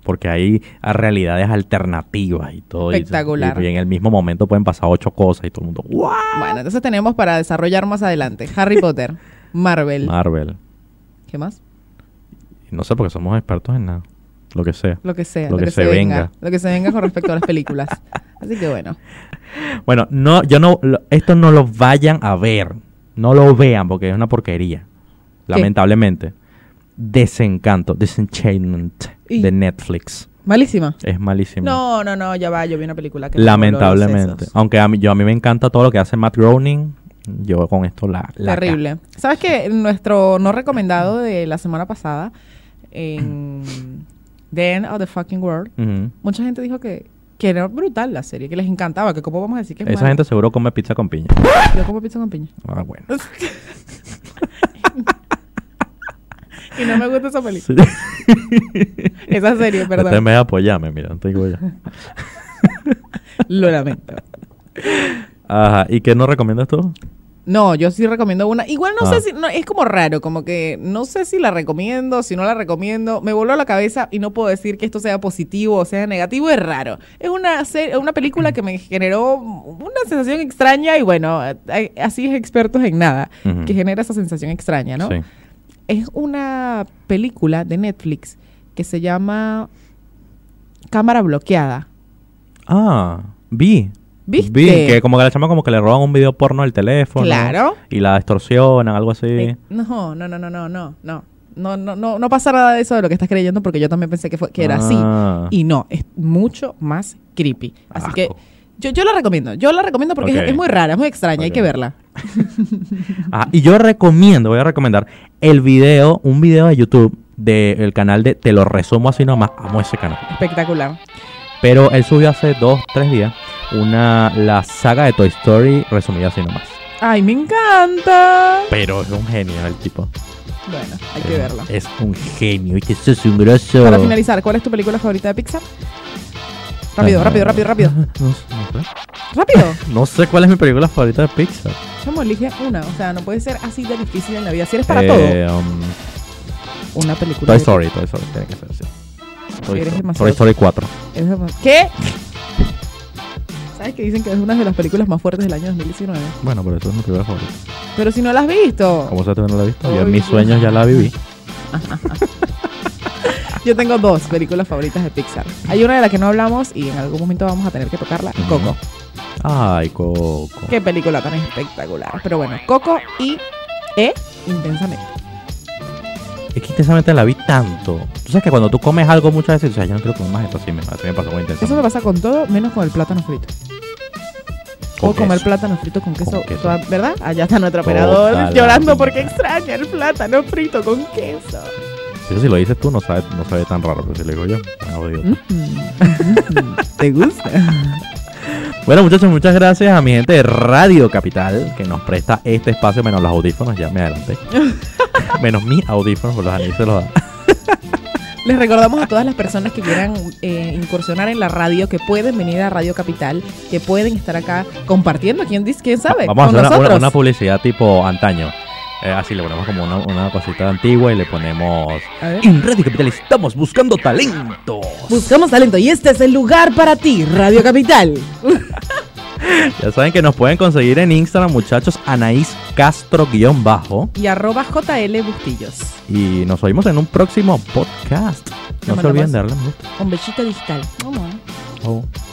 Speaker 1: Porque hay a realidades alternativas y todo. y-
Speaker 2: Espectacular.
Speaker 1: Y, en el mismo momento pueden pasar ocho cosas y todo el mundo. ¡Wow!
Speaker 2: Bueno, entonces tenemos para desarrollar más adelante Harry Potter, Marvel,
Speaker 1: Marvel.
Speaker 2: ¿qué más?
Speaker 1: Y No sé, porque somos expertos en nada. Lo que sea.
Speaker 2: Lo que sea,
Speaker 1: Lo que se venga.
Speaker 2: Lo que se venga con respecto a las películas. Así que bueno,
Speaker 1: Bueno, no, yo no, lo- esto no lo vayan a ver. No lo vean porque es una porquería.
Speaker 2: ¿Qué?
Speaker 1: Lamentablemente. Desencanto, Disenchantment
Speaker 2: Y-
Speaker 1: de Netflix.
Speaker 2: malísima.
Speaker 1: Es malísimo.
Speaker 2: No, no, no, ya va, yo vi una película que me voló los
Speaker 1: Lamentablemente.
Speaker 2: sesos.
Speaker 1: Aunque a mí, yo, a mí me encanta todo lo que hace Matt Groening. Yo con esto la... la
Speaker 2: Terrible. ¿Sabes que Nuestro no recomendado de la semana pasada, en The End of the Fucking World,
Speaker 1: ca- Ujú.
Speaker 2: mucha gente dijo que, que era brutal la serie, que les encantaba, que cómo vamos a decir que es
Speaker 1: Esa
Speaker 2: mala?
Speaker 1: gente seguro come pizza con piña.
Speaker 2: Yo como pizza con piña.
Speaker 1: Ah, bueno.
Speaker 2: Y no me gusta esa película.
Speaker 1: Sí.
Speaker 2: Esa
Speaker 1: Este
Speaker 2: serie,
Speaker 1: en
Speaker 2: perdón.
Speaker 1: vez de apoyarme, mira, no te digo ya.
Speaker 2: Lo lamento.
Speaker 1: Ajá, ¿y qué nos recomiendas tú?
Speaker 2: No, yo sí recomiendo una. Igual no
Speaker 1: Ah.
Speaker 2: sé si. no, es como raro, como que no sé si la recomiendo, si no la recomiendo. Me voló la cabeza y no puedo decir que esto sea positivo o sea negativo. Es raro. Es una, se- una película que me generó una sensación extraña y bueno, eh, así es expertos en nada,
Speaker 1: Ujú.
Speaker 2: que genera esa sensación extraña, ¿no?
Speaker 1: Mm. Sí.
Speaker 2: Es una película de Netflix que se llama Cámara Bloqueada.
Speaker 1: Ah, vi.
Speaker 2: ¿Viste?
Speaker 1: Vi que como que la chama como que le roban un video porno del teléfono.
Speaker 2: Claro.
Speaker 1: Y la extorsionan, algo así.
Speaker 2: Eh, No, no, no, no, no, no, no. No, no, no, no pasa nada de eso de lo que estás creyendo porque yo también pensé que, fue, que era
Speaker 1: Ah.
Speaker 2: así. Y no, es mucho más creepy. Así
Speaker 1: Asco.
Speaker 2: que yo, yo la recomiendo. Yo la recomiendo porque es-
Speaker 1: Ok.
Speaker 2: es, muy rara, es muy extraña, hay
Speaker 1: Ok.
Speaker 2: que verla.
Speaker 1: Ah, y yo recomiendo, voy a recomendar el video, un video de YouTube del canal de Te lo resumo así nomás. Amo ese canal.
Speaker 2: Espectacular.
Speaker 1: Pero él subió hace dos, tres días una la saga de Toy Story resumida así nomás.
Speaker 2: Ay, me encanta.
Speaker 1: Pero es un genio el tipo.
Speaker 2: Bueno, hay que verla.
Speaker 1: Es un genio, ¿viste? Eso es un grosso.
Speaker 2: Para finalizar, ¿cuál es tu película favorita de Pixar? Rápido,
Speaker 1: Ah,
Speaker 2: rápido, rápido, rápido.
Speaker 1: No, sé, no sé.
Speaker 2: Rápido.
Speaker 1: No sé cuál es mi película favorita de Pixar.
Speaker 2: Chamo, elige una. O sea, no puede ser así de difícil en la vida. Si eres para
Speaker 1: Eh, um,
Speaker 2: todo. Una película.
Speaker 1: Toy
Speaker 2: de-
Speaker 1: Story, Toy Story, tiene que ser, sí. Toy,
Speaker 2: Eres
Speaker 1: Story-
Speaker 2: demasiado-
Speaker 1: Toy Story 4.
Speaker 2: Es de- ¿Qué? ¿Sabes que dicen que es una de las películas más fuertes del año 2019?
Speaker 1: Bueno, pero eso es mi película favorita.
Speaker 2: Pero si no la has visto.
Speaker 1: Como tú no la he visto, yo
Speaker 2: Ay,
Speaker 1: en mis
Speaker 2: Dios.
Speaker 1: sueños ya la viví.
Speaker 2: Yo tengo dos películas favoritas de Pixar. Hay una de la que no hablamos y en algún momento vamos a tener que tocarla. Coco.
Speaker 1: Ay, Coco.
Speaker 2: Qué película tan espectacular. Pero bueno, Coco y E intensamente.
Speaker 1: Es que intensamente la vi tanto. Tú sabes que cuando tú comes algo muchas veces, o sea, yo no quiero comer más esto así, me, así me pasó muy
Speaker 2: Eso me
Speaker 1: intensamente.
Speaker 2: pasa con todo, menos con el plátano frito.
Speaker 1: Con
Speaker 2: Puedo comer
Speaker 1: queso.
Speaker 2: plátano frito con queso,
Speaker 1: Con queso.
Speaker 2: toda- ¿verdad? Allá está nuestro operador
Speaker 1: Toda la
Speaker 2: llorando porque
Speaker 1: vida.
Speaker 2: extraña el plátano frito con queso.
Speaker 1: Eso si lo dices tú no sabe, no sabe tan raro, pero si lo digo yo, me odio.
Speaker 2: ¿Mm?
Speaker 1: mm.
Speaker 2: ¿Te gusta?
Speaker 1: Bueno, muchachos, muchas gracias a mi gente de Radio Capital que nos presta este espacio, menos los audífonos, ya me adelanté. menos mis audífonos, por los anillos se los da.
Speaker 2: Les recordamos a todas las personas que quieran eh, incursionar en la radio que pueden venir a Radio Capital, que pueden estar acá compartiendo. ¿Quién dice? ¿Quién sabe?
Speaker 1: Vamos a
Speaker 2: con
Speaker 1: hacer una,
Speaker 2: nosotros.
Speaker 1: una- una publicidad tipo antaño. Eh, así le ponemos como una, una cosita antigua y le ponemos.
Speaker 2: A ver.
Speaker 1: En Radio Capital estamos buscando talentos.
Speaker 2: Buscamos talento y este es el lugar para ti, Radio Capital.
Speaker 1: Ya saben que nos pueden conseguir en Instagram, muchachos, Anaís Castro-bajo.
Speaker 2: Y arroba JL Bustillos.
Speaker 1: Y nos oímos en un próximo podcast. No
Speaker 2: Nos
Speaker 1: se olviden
Speaker 2: mandamos-
Speaker 1: de darle un gusto.
Speaker 2: Con besito digital. Vamos.
Speaker 1: Oh.